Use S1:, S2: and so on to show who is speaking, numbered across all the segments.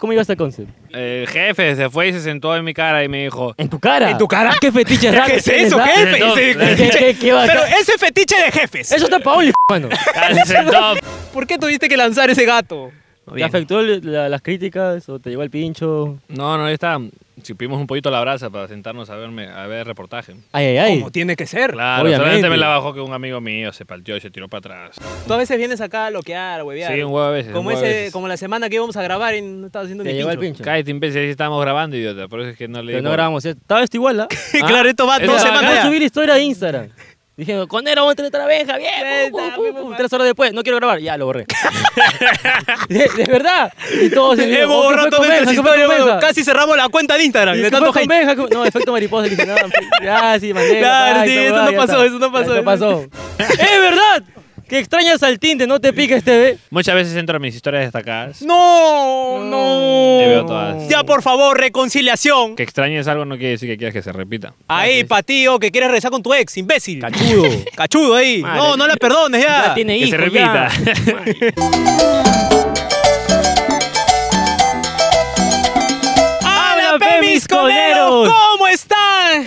S1: ¿Cómo llegaste a Concept?
S2: El jefe se fue y se sentó en mi cara y me dijo.
S1: ¿En tu cara? Ah,
S3: ¿En tu cara?
S1: ¿Qué fetiche raro
S3: ¿Qué es
S1: tienes,
S3: eso,
S1: ah?
S3: jefe?
S2: No,
S3: Ese
S2: no,
S3: fetiche-
S1: ¿Qué- qué- qué va
S3: Pero
S1: acá?
S3: ese fetiche de jefes.
S1: Eso está para OnlyFans, mano.
S2: Se sentó.
S3: ¿Por qué tuviste que lanzar ese gato?
S1: ¿Te afectó el- la- las críticas o te llegó el pincho?
S2: No, no, ahí está. Chupimos un poquito la brasa para sentarnos a, verme, a ver reportaje.
S1: Ay, ay, ay.
S3: Como tiene que ser.
S2: Claro,
S1: Obviamente.
S2: solamente me la bajó que un amigo mío se partió y se tiró para atrás.
S3: Tú a veces vienes acá a loquear, a huevear.
S2: Sí, un huevo a veces,
S3: Como,
S2: un huevo a
S3: ese-
S2: veces.
S3: como la semana que íbamos a grabar y no estaba haciendo
S1: Te
S3: ni
S1: llegó el
S3: pincho.
S1: pincho.
S2: Cállate, imbécil, ahí estábamos grabando, idiota. Por eso es que no le
S1: Pero
S2: digo.
S1: no grabamos. ¿eh? Estaba esto igual, ¿ah?
S3: Y claro, esto va
S2: Eso
S3: dos
S2: va
S3: semanas.
S1: Acabo
S3: ya.
S1: de subir historia a Instagram. Dije, conero, vamos a tener otra abeja, bien. pum,
S3: Venta,
S1: pum,
S3: pum,
S1: pum.
S3: pum.
S1: Tres horas después, no quiero grabar. Ya, lo borré. de, de verdad. Y todos se
S3: Hemos borrado todas nuestras historias, weón. Casi cerramos la cuenta de Instagram de tanto hate.
S1: hate. No, efecto mariposa. Dije, no, ya, sí, manera.
S3: Claro, sí, eso no pasó, eso no pasó.
S1: Eso pasó. ¡Es verdad! Que extrañas al tinte, no te este piques TV.
S2: Muchas veces entro a mis historias destacadas.
S3: No, no.
S2: Te veo todas.
S3: Ya, por favor, reconciliación.
S2: Que extrañes algo no quiere decir que quieras que se repita.
S3: Ahí, patío, que quieres rezar con tu ex, imbécil.
S1: Cachudo.
S3: Cachudo ahí.
S2: Madre.
S3: No, no la perdones ya.
S1: Ya Ah, tiene
S2: que se
S1: hijo,
S2: repita.
S1: ya.
S3: ¡Habla,
S1: ¡Habla,
S3: pe,
S1: pe,
S3: mis
S1: mis
S3: coleros!
S1: coleros!
S3: ¿Cómo están?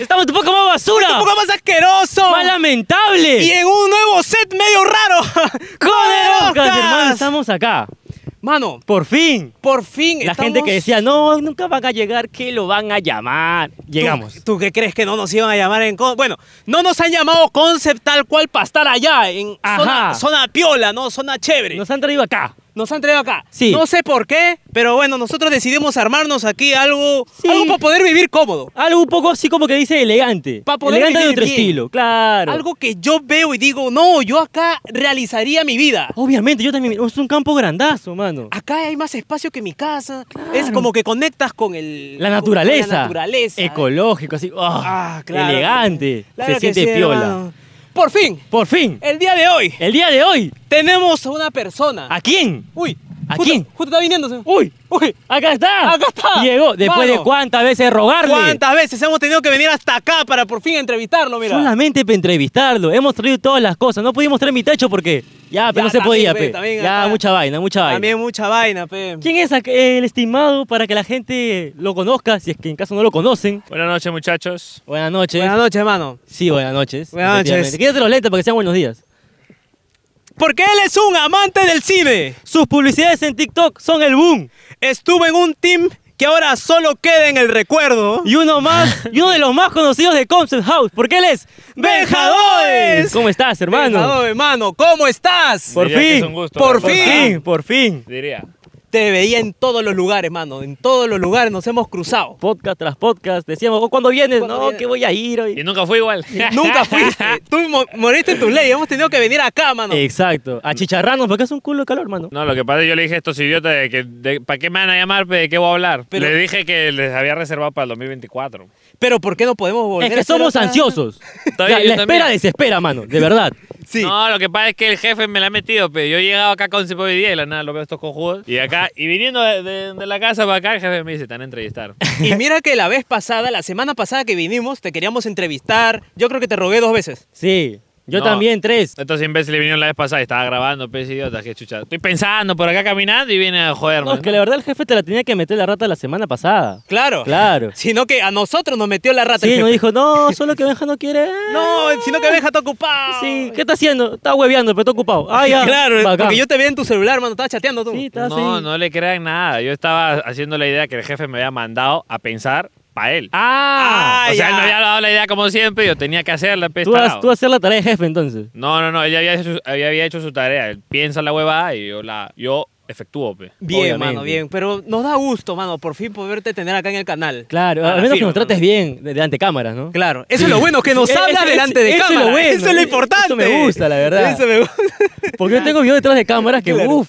S1: Estamos un poco más basura.
S3: Un poco más asqueroso.
S1: más lamentable.
S3: Y en un nuevo set medio raro.
S1: Podcast,
S3: ¡Coderocas!
S1: hermano, estamos acá.
S3: Mano,
S1: Por fin.
S3: por fin
S1: La
S3: estamos-
S1: gente que decía, no, nunca van a llegar, que lo van a llamar. Llegamos.
S3: ¿Tú, tú qué crees que no nos iban a llamar en... con- Bueno, no nos han llamado concept tal cual para estar allá, en zona,
S1: Ajá.
S3: zona piola, ¿no? Zona chévere.
S1: Nos han traído acá.
S3: Nos han traído acá.
S1: Sí.
S3: No sé por qué, pero bueno, nosotros decidimos armarnos aquí algo,
S1: Sí.
S3: algo para poder vivir cómodo.
S1: Algo un poco así como que dice elegante.
S3: Pa' poder
S1: elegante de
S3: vivir
S1: otro
S3: bien.
S1: estilo, claro.
S3: Algo que yo veo y digo, no, yo acá realizaría mi vida.
S1: Obviamente, yo también. Es un campo grandazo, mano.
S3: Acá hay más espacio que mi casa. Es como que conectas con el...
S1: La
S3: con
S1: naturaleza.
S3: La naturaleza.
S1: Ecológico, así. ah,
S3: Ah, claro.
S1: Elegante. Se
S3: Claro que
S1: siente
S3: sí,
S1: piola.
S3: hermano. Por fin,
S1: Por fin.
S3: el día de hoy,
S1: El día de hoy.
S3: tenemos a una persona.
S1: ¿A quién?
S3: Uy,
S1: ¿A
S3: justo-
S1: quién?
S3: Justo está viniéndose.
S1: Uy.
S3: Uy.
S1: Acá está.
S3: Acá está.
S1: Llegó. Después de
S3: Mano.
S1: cuántas veces rogarle.
S3: ¿Cuántas veces hemos tenido que venir hasta acá para por fin entrevistarlo, mira?
S1: Solamente para entrevistarlo. Hemos traído todas las cosas. No pudimos traer mi tacho porque ya, pero
S3: Ya,
S1: no se
S3: también,
S1: podía,
S3: pe,
S1: pe.
S3: también
S1: Ya,
S3: acá.
S1: mucha vaina, mucha vaina.
S3: También mucha vaina, pe.
S1: ¿Quién es aqu- el estimado para que la gente lo conozca, si es que en caso no lo conocen?
S2: Buenas noches, muchachos.
S1: Buenas noches.
S3: Buenas noches, hermano.
S1: sí, buenas noches.
S3: Buenas noches.
S1: efectivamente. Quítate los lentes para que sean buenos días.
S3: Porque él es un amante del cine.
S1: Sus publicidades en TikTok son el boom.
S3: Estuvo en un team que ahora solo queda en el recuerdo.
S1: Y uno más, y uno de los más conocidos de Concept House, porque él es
S3: Benjadoes.
S1: ¿Cómo estás, Este hermano?
S3: Venga, hermano, ¿cómo estás?
S1: Por
S2: Diría que es
S1: fin,
S2: un gusto,
S3: por
S1: Por
S2: ¿verdad?
S1: fin, por fin.
S2: Diría.
S3: Te veía en todos los lugares, mano. En todos los lugares nos hemos cruzado.
S1: Podcast tras podcast, decíamos, oh, ¿cuándo vienes?
S3: ¿Cuándo
S1: no,
S3: vienes?
S1: que voy a ir
S2: Y
S1: hoy.
S2: nunca fue igual.
S3: Nunca fuiste. Tú mo- moriste en tu ley. Hemos tenido que venir acá, mano.
S1: Eh. Exacto, a chicharranos, porque hace un culo de calor, mano.
S2: No, lo que pasa es que yo le dije a estos idiotas de que ¿para qué me van a llamar? pe? ¿De qué voy a hablar?
S3: Pero-
S2: le dije que les había reservado para el 2024.
S3: Pero ¿por qué no podemos volver?
S1: Es
S3: a
S1: que
S3: hacer
S1: somos
S3: otra-
S1: ansiosos.
S2: Estoy-
S1: Ya,
S2: yo
S1: la espera
S2: también.
S1: desespera, mano, de verdad.
S3: Sí.
S2: No, lo que pasa es que el jefe me la ha metido, pero yo he llegado acá con Cepo hoy día y la nada, lo veo estos cojudos. Y acá, y viniendo de, de- de la casa para acá, el jefe me dice, te van a entrevistar.
S3: Y mira que la vez pasada, la semana pasada que vinimos, te queríamos entrevistar. Yo creo que te rogué dos veces.
S1: Sí, yo
S2: No.
S1: también tres.
S2: Entonces imbéciles vinieron la vez pasada y estaba grabando, pez idiota, qué chucha. Estoy pensando por acá caminando y viene a joderme.
S1: No, es que la verdad el jefe te la tenía que meter la rata la semana pasada.
S3: Claro.
S1: Claro.
S3: Sino que a nosotros nos metió la rata.
S1: Sí,
S3: el jefe.
S1: nos dijo, no, solo que Benja no quiere.
S3: No, sino que deja todo ocupado.
S1: Sí, ¿qué está haciendo? Está hueveando, pero está ocupado. Ah, ya.
S3: Claro,
S1: bacán.
S3: porque yo te vi en tu celular, mano. Estaba chateando tú.
S1: Sí, está
S2: No,
S1: así.
S2: no le crean nada. Yo estaba haciendo la idea que el jefe me había mandado a pensar para él.
S1: Ah,
S3: Ah,
S2: o sea, él
S3: ya.
S2: me había dado la idea como siempre y yo tenía que hacerla, pez
S1: tú vas tú vas a hacer la tarea de jefe entonces.
S2: No, no, no, ella había hecho, ella había hecho su tarea. Él piensa la huevada y yo la yo efectúo, pues. pe.
S3: Bien,
S1: Obviamente.
S3: mano, bien. Pero nos da gusto, mano, por fin poderte tener acá en el canal.
S1: Claro,
S3: Ah,
S1: al menos
S3: sí,
S1: que nos
S3: mano.
S1: trates bien de- delante de cámaras, ¿no?
S3: Claro, eso es lo bueno, que nos
S1: Eso-
S3: hablas
S1: eso-
S3: delante de
S1: eso es lo
S3: cámara.
S1: bueno,
S3: Eso es lo
S1: eso me
S3: importante.
S1: gusta, la verdad.
S3: Eso me gusta.
S1: Porque yo tengo videos detrás de cámaras que,
S3: Claro.
S1: uff,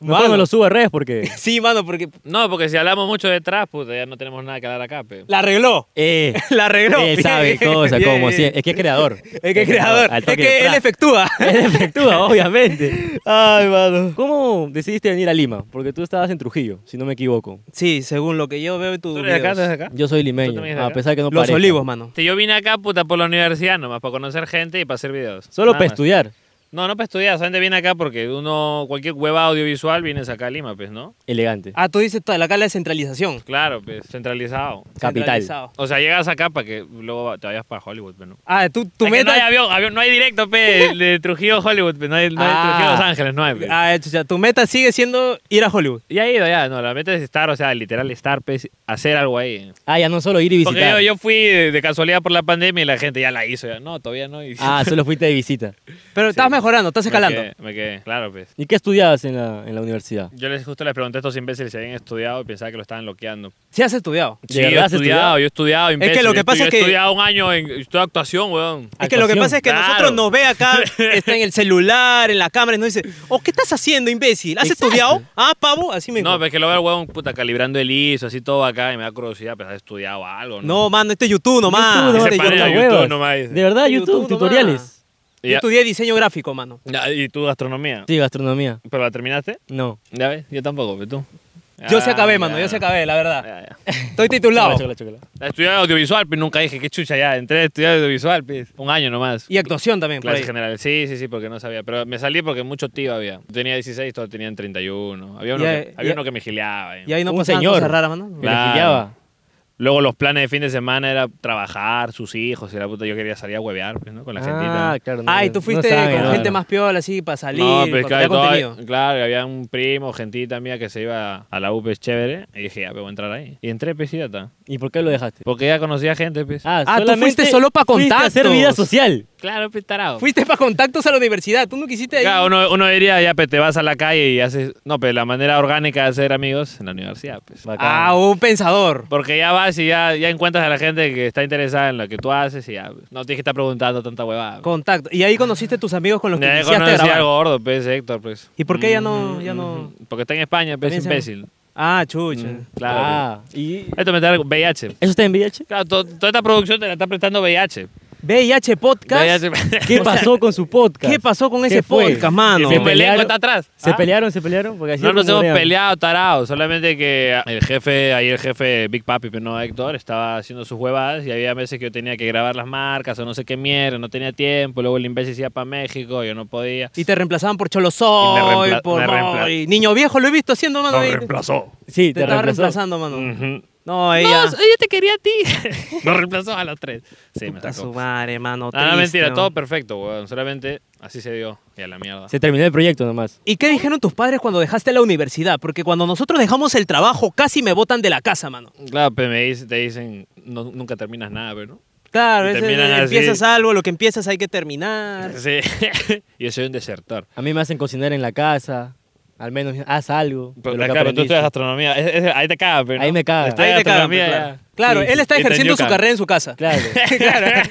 S1: mejor
S3: Mano.
S1: no los subo a redes porque...
S3: Sí, mano, porque
S2: No, porque si hablamos mucho detrás, puta, ya no tenemos nada que hablar acá, pues. pe.
S3: la arregló.
S1: Eh,
S3: La arregló.
S1: él
S3: Bien,
S1: sabe
S3: bien,
S1: cosas,
S3: bien,
S1: como
S3: bien.
S1: siempre. Es que es creador.
S3: Es que es creador.
S1: Al
S3: Es
S1: toque
S3: que él
S1: detrás.
S3: efectúa.
S1: Él efectúa, obviamente.
S3: Ay, mano.
S1: ¿Cómo decidiste venir a Lima? Porque tú estabas en Trujillo, si no me equivoco.
S3: Sí, según lo que yo veo en tus
S2: ¿Tú eres de acá? ¿Tú eres
S3: videos.
S2: de acá?
S1: Yo soy
S2: ¿Tú también
S1: limeño,
S2: eres
S1: a
S2: acá?
S1: pesar que no
S3: Los
S1: parezca.
S3: olivos, mano.
S2: Este, yo vine acá, puta, por la universidad nomás, para conocer gente y para hacer videos.
S1: Solo
S2: Nada
S1: para
S2: más.
S1: estudiar.
S2: No, no para estudiar, solamente viene acá porque uno, cualquier hueva audiovisual vienes acá a Lima, pues, ¿no?
S1: Elegante.
S3: Ah, tú dices toda la cala de centralización.
S2: Claro, pues, centralizado.
S1: Capital.
S3: Centralizado.
S2: O sea, llegas acá para que luego te vayas para Hollywood, pues, ¿no?
S3: Ah, tú, tu
S2: Es que
S3: meta.
S2: No hay avión, avión- no hay directo, pe, de Trujillo a Hollywood, pe, no hay, no hay
S3: Ah.
S2: Trujillo a Los Ángeles, no hay, pe.
S3: Ah, chucha, tu meta sigue siendo ir a Hollywood.
S2: Ya he ido, ya, no, la meta es estar, o sea, literal estar, pe, hacer algo ahí.
S1: Ah, ya no solo ir y
S2: Porque
S1: visitar.
S2: yo, yo fui de, de casualidad por la pandemia y la gente ya la hizo, ya, no, todavía no. y-
S1: Ah, solo fuiste de visita.
S3: Pero estás mejorando, estás
S2: Me
S3: escalando.
S2: quedé- me quedé, claro, pues.
S1: ¿Y qué estudiabas en la, en la universidad?
S2: Yo les justo les pregunté a estos imbéciles si habían estudiado y pensaba que lo estaban loqueando.
S3: Sí has estudiado.
S1: ¿De
S2: Sí, yo he
S1: verdad has
S2: estudiado,
S1: estudiado?
S2: yo he estudiado, imbécil.
S3: que lo que
S2: Yo estu-
S3: pasa
S2: yo
S3: es
S2: he
S3: que-
S2: estudiado un año en estudio actuación, weón.
S3: Es que lo que
S1: Actuación.
S3: pasa es que
S2: Claro.
S3: nosotros nos ve acá, está en el celular, en la cámara, y nos dice, oh, ¿qué estás haciendo, imbécil? ¿Has
S1: Exacto.
S3: estudiado? Ah, pavo, así me
S2: No, pero es que lo veo al weón puta calibrando el ISO, así todo acá, y me da curiosidad, pues ha estudiado algo, ¿no?
S3: No, mano, esto es YouTube nomás.
S1: YouTube,
S2: Que
S1: no, de
S2: se pare a
S1: YouTube,
S2: YouTube
S1: huevos.
S2: nomás, dice.
S1: De verdad, YouTube,
S3: YouTube nomás.
S1: tutoriales.
S2: Y
S3: Yo
S2: ya-
S3: estudié diseño gráfico, mano.
S2: Ya, ¿Y tú gastronomía?
S1: Sí, gastronomía.
S2: ¿Pero la terminaste?
S1: No.
S2: Ya ves, yo tampoco, pero tú.
S3: Yo
S2: Ah,
S3: se acabé, mano,
S2: ya.
S3: yo se acabé, la verdad.
S2: Ya, ya.
S3: Estoy titulado.
S1: Chocolate, chocolate.
S2: Estudié audiovisual, pero nunca dije, qué chucha ya, entré a estudiar audiovisual, pues, un año nomás.
S3: Y actuación también, por
S2: Clase
S3: ahí.
S2: general, sí, sí, sí, porque no sabía. Pero me salí porque mucho tío había. Tenía 16, todos tenían 31. Había uno,
S3: Ya,
S2: que, había
S3: ya.
S2: uno que me gileaba. ¿eh?
S3: Y ahí no
S1: Un
S3: pasaban
S1: señor.
S3: cosas raras, mano.
S1: Me
S2: Claro.
S1: la filiaba.
S2: Luego los planes de fin de semana era trabajar, sus hijos, y la puta yo quería salir a huevear, pues, ¿no? Con la gentita.
S1: Ah, claro. no,
S3: Ah, y tú
S1: no
S3: fuiste
S1: saben,
S3: con
S1: ¿no?
S3: gente más piola, así, para salir,
S2: No,
S3: para
S2: pues
S3: crear
S2: claro,
S3: contenido.
S2: todo- claro, había un primo, gentita mía que se iba a la UPES chévere. Y dije, ya, pues voy a entrar ahí. Y entré, pues, y ya está.
S1: ¿Y por qué lo dejaste?
S2: Porque ya conocía gente, pues.
S3: Ah, tú
S1: solamente
S3: fuiste solo pa'
S1: fuiste a hacer vida
S3: contactos.
S1: social.
S2: claro, pues, tarado.
S3: Fuiste para contactos a la universidad, tú no quisiste ahí.
S2: Claro, uno, uno diría, ya, pues, te vas a la calle y haces... No, pues, la manera orgánica de hacer amigos en la universidad, pues.
S3: Ah, un pensador.
S2: Porque ya vas y ya, ya encuentras a la gente que está interesada en lo que tú haces y ya pues, no tienes que estar preguntando tanta huevada.
S3: Contacto. Y ahí conociste a tus amigos con los que
S2: Ya
S3: iniciaste a
S2: conocí
S3: grabar.
S2: al gordo, pues, Héctor, pues.
S3: ¿Y por qué ya no- ya
S2: Mm,
S3: no-
S2: Porque está en España, pues,
S3: También se-
S2: imbécil.
S3: Ah, chucha.
S2: Claro.
S1: Ah, ¿y
S2: pues. Esto me trae VIH.
S1: eso está en VIH?
S2: Claro, to- toda esta producción te la está prestando VIH.
S3: VIH Podcast.
S2: VIH.
S1: ¿Qué pasó con su podcast?
S3: ¿Qué pasó con
S1: ¿Qué
S3: ese
S1: fue?
S3: podcast, mano?
S1: Se
S2: Se pelean
S1: pelearon-
S2: está atrás.
S1: ¿Se
S2: ¿Ah?
S1: pelearon, se pelearon? Porque así
S2: No
S1: es
S2: nos
S1: como
S2: hemos
S1: eran.
S2: peleado, tarado. Solamente que el jefe, ahí el jefe Big Papi, pero no Héctor, estaba haciendo sus huevadas y había veces que yo tenía que grabar las marcas o no sé qué mierda, no tenía tiempo. Luego el imbécil se iba para México, yo no podía.
S3: Y te reemplazaban
S2: Y
S3: por
S2: me
S3: Cholosoy,
S2: reempla-
S3: por
S2: me reempla-
S3: Mori. Niño viejo lo he visto haciendo, mano.
S2: Nos
S3: ahí.
S2: reemplazó.
S1: Sí,
S3: te
S1: te,
S3: estaba
S1: reemplazó.
S3: reemplazando, mano.
S2: Ujú.
S3: No, ella.
S2: No, ella te quería a ti. Nos reemplazó a los tres. Sí, me
S3: Puta su
S2: sacó.
S3: madre, mano.
S2: Ah, no,
S3: triste,
S2: mentira,
S3: ¿no?
S2: todo perfecto, weón. Solamente así se dio. Y a la mierda.
S1: Se terminó el proyecto nomás.
S3: ¿Y qué dijeron tus padres cuando dejaste la universidad? Porque cuando nosotros dejamos el trabajo, casi me botan de la casa, mano.
S2: Claro, pero me dice- te dicen, no- nunca terminas nada, pero no.
S3: Claro,
S2: Y
S3: ese-
S2: terminan así.
S3: empiezas algo, lo que empiezas hay que terminar.
S2: Sí. yo soy un desertor.
S1: A mí me hacen cocinar en la casa. Al menos haz algo. de
S2: Pero
S1: lo que
S2: claro, tú
S1: aprendiste.
S2: estudias gastronomía. Es- es- ahí te caga, pero. ¿no?
S1: Ahí me caga.
S2: Estudias
S3: Ahí te cagan,
S2: gastronomía,
S3: claro.
S2: ya.
S3: Claro,
S1: Sí,
S3: él está
S2: Y te
S3: ejerciendo su
S2: enyucan.
S3: carrera en su casa.
S1: Claro.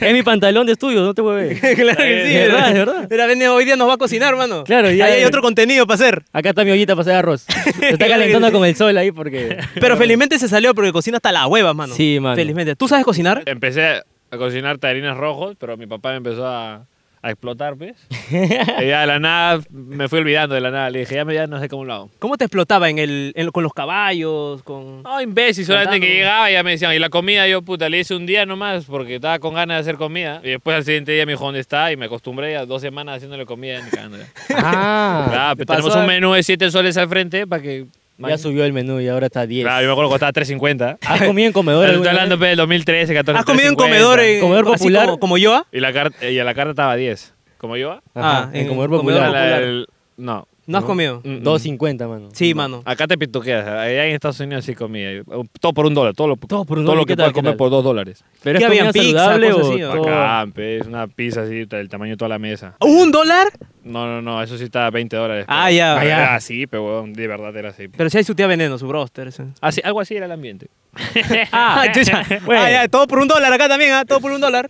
S1: Es mi pantalón de estudio, no te hueves.
S3: claro que sí,
S1: Es
S3: ¿verdad?
S1: verdad, es verdad.
S3: Mira, ven, hoy día nos va a cocinar, hermano.
S1: Claro, ya-
S3: Ahí hay otro contenido para hacer.
S1: Acá está mi ollita para hacer arroz. Se está calentando con el sol ahí porque.
S3: Pero felizmente se salió porque cocina hasta las huevas, mano.
S1: Sí, mano.
S3: Felizmente. ¿Tú sabes cocinar?
S2: Empecé a cocinar tarines rojos, pero mi papá me empezó a, a explotar, ¿ves? y ya de la nada me fui olvidando de la nada. Le dije, ya, me- ya no sé cómo lo hago.
S3: ¿Cómo te explotaba en el, en- con los caballos? Con...
S2: No, Oh, imbécil, solamente
S3: Contando.
S2: que llegaba y ya me decían, y la comida yo, puta, le hice un día nomás porque estaba con ganas de hacer comida. Y después al siguiente día me dijo, ¿dónde está? Y me acostumbré a dos semanas haciéndole comida. ni cagando, ya.
S1: Ah.
S2: Claro,
S3: te
S2: pero tenemos
S3: pasó-
S2: un menú de 7 soles al frente para que...
S1: Ya subió el menú y ahora está 10.
S2: Claro, yo me acuerdo que costaba 3.50.
S1: ¿Has comido en comedor?
S2: Pero Estoy
S1: alguna
S2: hablando
S1: vez?
S2: pues, del 2013, 14.
S3: ¿Has comido en
S2: 3.50.
S3: comedor, en-
S1: Comedor
S3: así
S1: popular.
S3: como, como yo? ah?
S2: Y, la carta, y a la carta estaba 10. ¿Como yo?
S1: Ajá,
S3: Ah,
S1: en
S3: en
S1: comedor
S3: comedor
S2: La-
S1: popular.
S2: la-
S3: popular.
S2: el- no.
S3: ¿No has comido?
S2: Mm, mm.
S1: 2.50, mano.
S3: Sí, mano.
S2: Acá te pituqueas. Allá en Estados Unidos sí comía. Todo por un dólar. Todo lo,
S1: Todo por un
S2: todo
S1: dólar,
S2: lo
S1: ¿qué
S2: que
S1: tal,
S2: puedas
S1: qué
S2: comer
S1: tal?
S2: por dos dólares.
S1: Pero
S3: ¿Qué
S1: es
S3: habían
S1: comida
S3: pizza,
S1: saludable
S3: cosas
S1: o
S3: así, o?
S1: todo?
S2: Bacán, pe, es una pizza así del tamaño de toda la mesa.
S3: ¿Un dólar?
S2: No, no, no, eso sí está 20 dólares.
S3: Ah,
S2: pero-
S3: ya,
S2: pero
S3: ya.
S2: Era así, pero weón, de verdad era así.
S3: Pero si hay su tía veneno, su broster. ese.
S2: Así- algo así era el ambiente.
S3: Ah, chucha.
S1: Bueno.
S3: Ah, ya, todo por un dólar acá también, ah, todo por un dólar.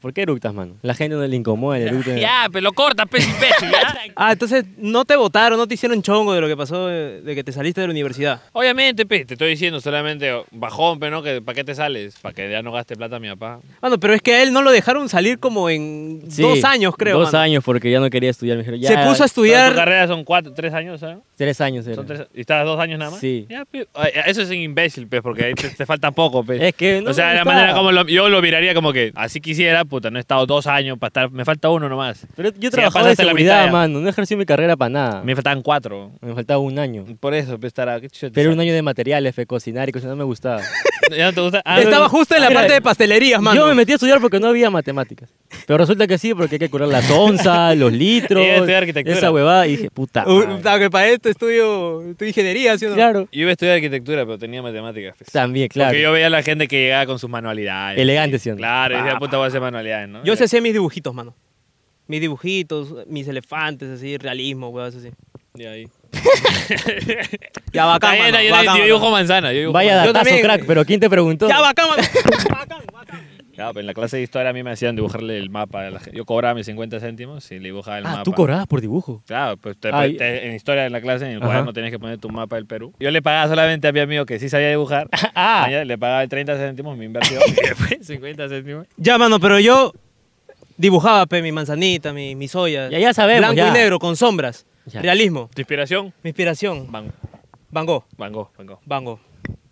S1: ¿Por qué eructas, mano? La gente no le incomoda el eructo.
S2: Ya, pero lo cortas, pez imbécil. ya.
S3: Ah, entonces no te votaron, no te hicieron chongo de lo que pasó, eh, de que te saliste de la universidad.
S2: Obviamente, pe, te estoy diciendo solamente oh, bajón, pero no, que ¿para qué te sales? Para que ya no gaste plata mi papá.
S3: Mano, pero es que a él no lo dejaron salir como en
S1: Sí,
S3: dos años, creo.
S1: Dos
S3: mano.
S1: años porque ya no quería estudiar. Me dijeron, ya,
S3: Se puso a
S2: Toda tu
S3: estudiar.
S2: carrera son cuatro, tres años, ¿sabes?
S1: Tres años. era.
S2: Son tres- ¿Y estabas dos años nada más?
S1: Sí.
S2: Ya, pe. Ay, Eso es un imbécil, pe, porque ahí te, te falta poco, pe.
S1: Es que no
S2: o
S1: me
S2: sea, la
S1: gustaba.
S2: manera como lo- yo lo miraría como que así quisiera, puta, no he estado dos años para estar, me falta uno nomás.
S1: Pero yo
S2: ya
S1: trabajaba de
S2: pasaste la
S1: seguridad,
S2: mitad ya.
S1: mano. No ejercí mi carrera para nada.
S2: Me faltaban cuatro.
S1: Me faltaba un año.
S2: Por eso, pues, estará. ¿qué chucha te
S1: Pero era un
S2: sabe?
S1: año de materiales, fe, cocinar y cosas, no me gustaba.
S2: ¿Ya no te gusta? Ah,
S3: Estaba
S2: no,
S3: justo en la
S2: ah, mira,
S3: parte de pastelerías, mano.
S1: Yo me metí a estudiar porque no había matemáticas. Pero resulta que sí, porque hay que curar las onzas, los litros,
S2: Iba a estudiar arquitectura.
S1: esa huevada. Y dije, puta.
S3: Uh,
S1: madre.
S3: aunque para esto estudio, estudio ingeniería, ¿sí o no?
S1: Ah, Claro.
S2: Yo iba a estudiar arquitectura, pero tenía matemáticas. pues.
S1: También, claro.
S2: Porque yo veía a la gente que llegaba con sus manualidades.
S1: Elegante, ¿sí o no?
S2: Claro, y decía,
S3: Pa,
S2: puta, voy a hacer manualidades, ¿no?
S3: Yo
S2: Ya.
S3: sí hacía mis dibujitos, mano. Mis dibujitos, mis elefantes, así, realismo, weón, así.
S2: Y ahí.
S3: Ya
S2: Está
S3: bacán,
S2: bien,
S3: mano,
S2: yo,
S3: bacán,
S2: yo
S3: mano.
S2: dibujo manzana. Yo dibujo
S1: Vaya
S2: manzana.
S3: Yo
S1: datazo,
S3: también.
S1: crack. Pero ¿quién te preguntó?
S3: Ya bacán, mano. bacán, bacán.
S2: Ya, pues, en la clase de historia a mí me hacían dibujarle el mapa. a la gente. Yo cobraba mis 50 céntimos y le dibujaba el
S1: ah,
S2: mapa.
S1: tú cobrabas por dibujo.
S2: Claro, pues te-
S1: Ay.
S2: te- en historia en la clase, en el
S1: Ajá.
S2: cuaderno tenías que poner tu mapa del Perú. Yo le pagaba solamente a mi amigo que sí sabía dibujar.
S1: Ah,
S2: Mañana Le pagaba el 30 céntimos mi inversión. y después 50 céntimos.
S3: Ya, mano, pero yo dibujaba, pe, mi manzanita, mi, mi soya.
S1: Ya, ya sabemos,
S3: Blanco
S1: ya.
S3: y negro, con sombras.
S1: Ya.
S3: Realismo.
S2: ¿Tu inspiración?
S3: Mi inspiración.
S2: Van,
S3: Van Gogh.
S2: Van Gogh, Van Gogh.
S3: Van Gogh.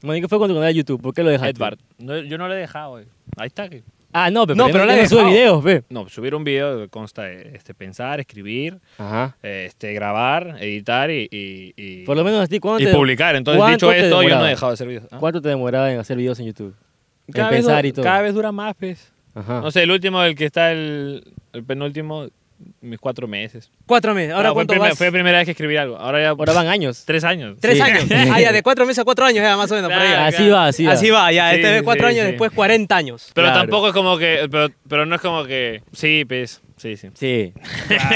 S1: bueno, ¿y ¿qué fue con tu canal de YouTube? ¿Por qué lo dejaste?
S2: Edvard. No, yo no lo he dejado, güey. Ahí está. que-
S1: Ah, no, pero,
S3: No, pero
S1: pero
S3: lo he
S1: no sube
S3: dejado.
S1: videos, ve.
S2: No, subir un video consta de este, pensar, escribir,
S1: Ajá.
S2: eh, este, grabar, editar y, y, y-
S1: Por lo menos así, ¿cuánto
S2: y
S1: te-
S2: publicar. Entonces,
S1: cuánto
S2: dicho
S1: te
S2: esto, yo no
S1: demoraba?
S2: he dejado de hacer videos. ¿Ah?
S1: ¿Cuánto te demoraba en hacer videos en YouTube?
S2: Cada
S1: en
S2: vez
S1: pensar
S2: du-
S1: y todo. Ah.
S2: Cada vez dura más, pues.
S1: Ajá.
S2: No sé, el último, el que está el, el penúltimo, mis cuatro meses.
S3: Cuatro meses.
S2: Ah,
S3: Ahora,
S2: fue,
S3: ¿cuánto
S2: primer-
S3: vas?
S2: fue la primera vez que escribí algo. Ahora ya
S1: Ahora van años.
S2: tres años.
S3: Tres
S1: Sí.
S3: años. Ah, ya, de cuatro meses a cuatro años, ya, más o menos. por ahí.
S2: Claro,
S1: así va, así va.
S3: Así va, ya.
S2: Ah, Sí,
S3: este de
S2: sí,
S3: cuatro años,
S2: sí.
S3: después 40 años.
S2: Pero
S1: Claro.
S2: tampoco es como que. Pero, pero no es como que. Sí, pues. Sí, sí.
S1: Sí.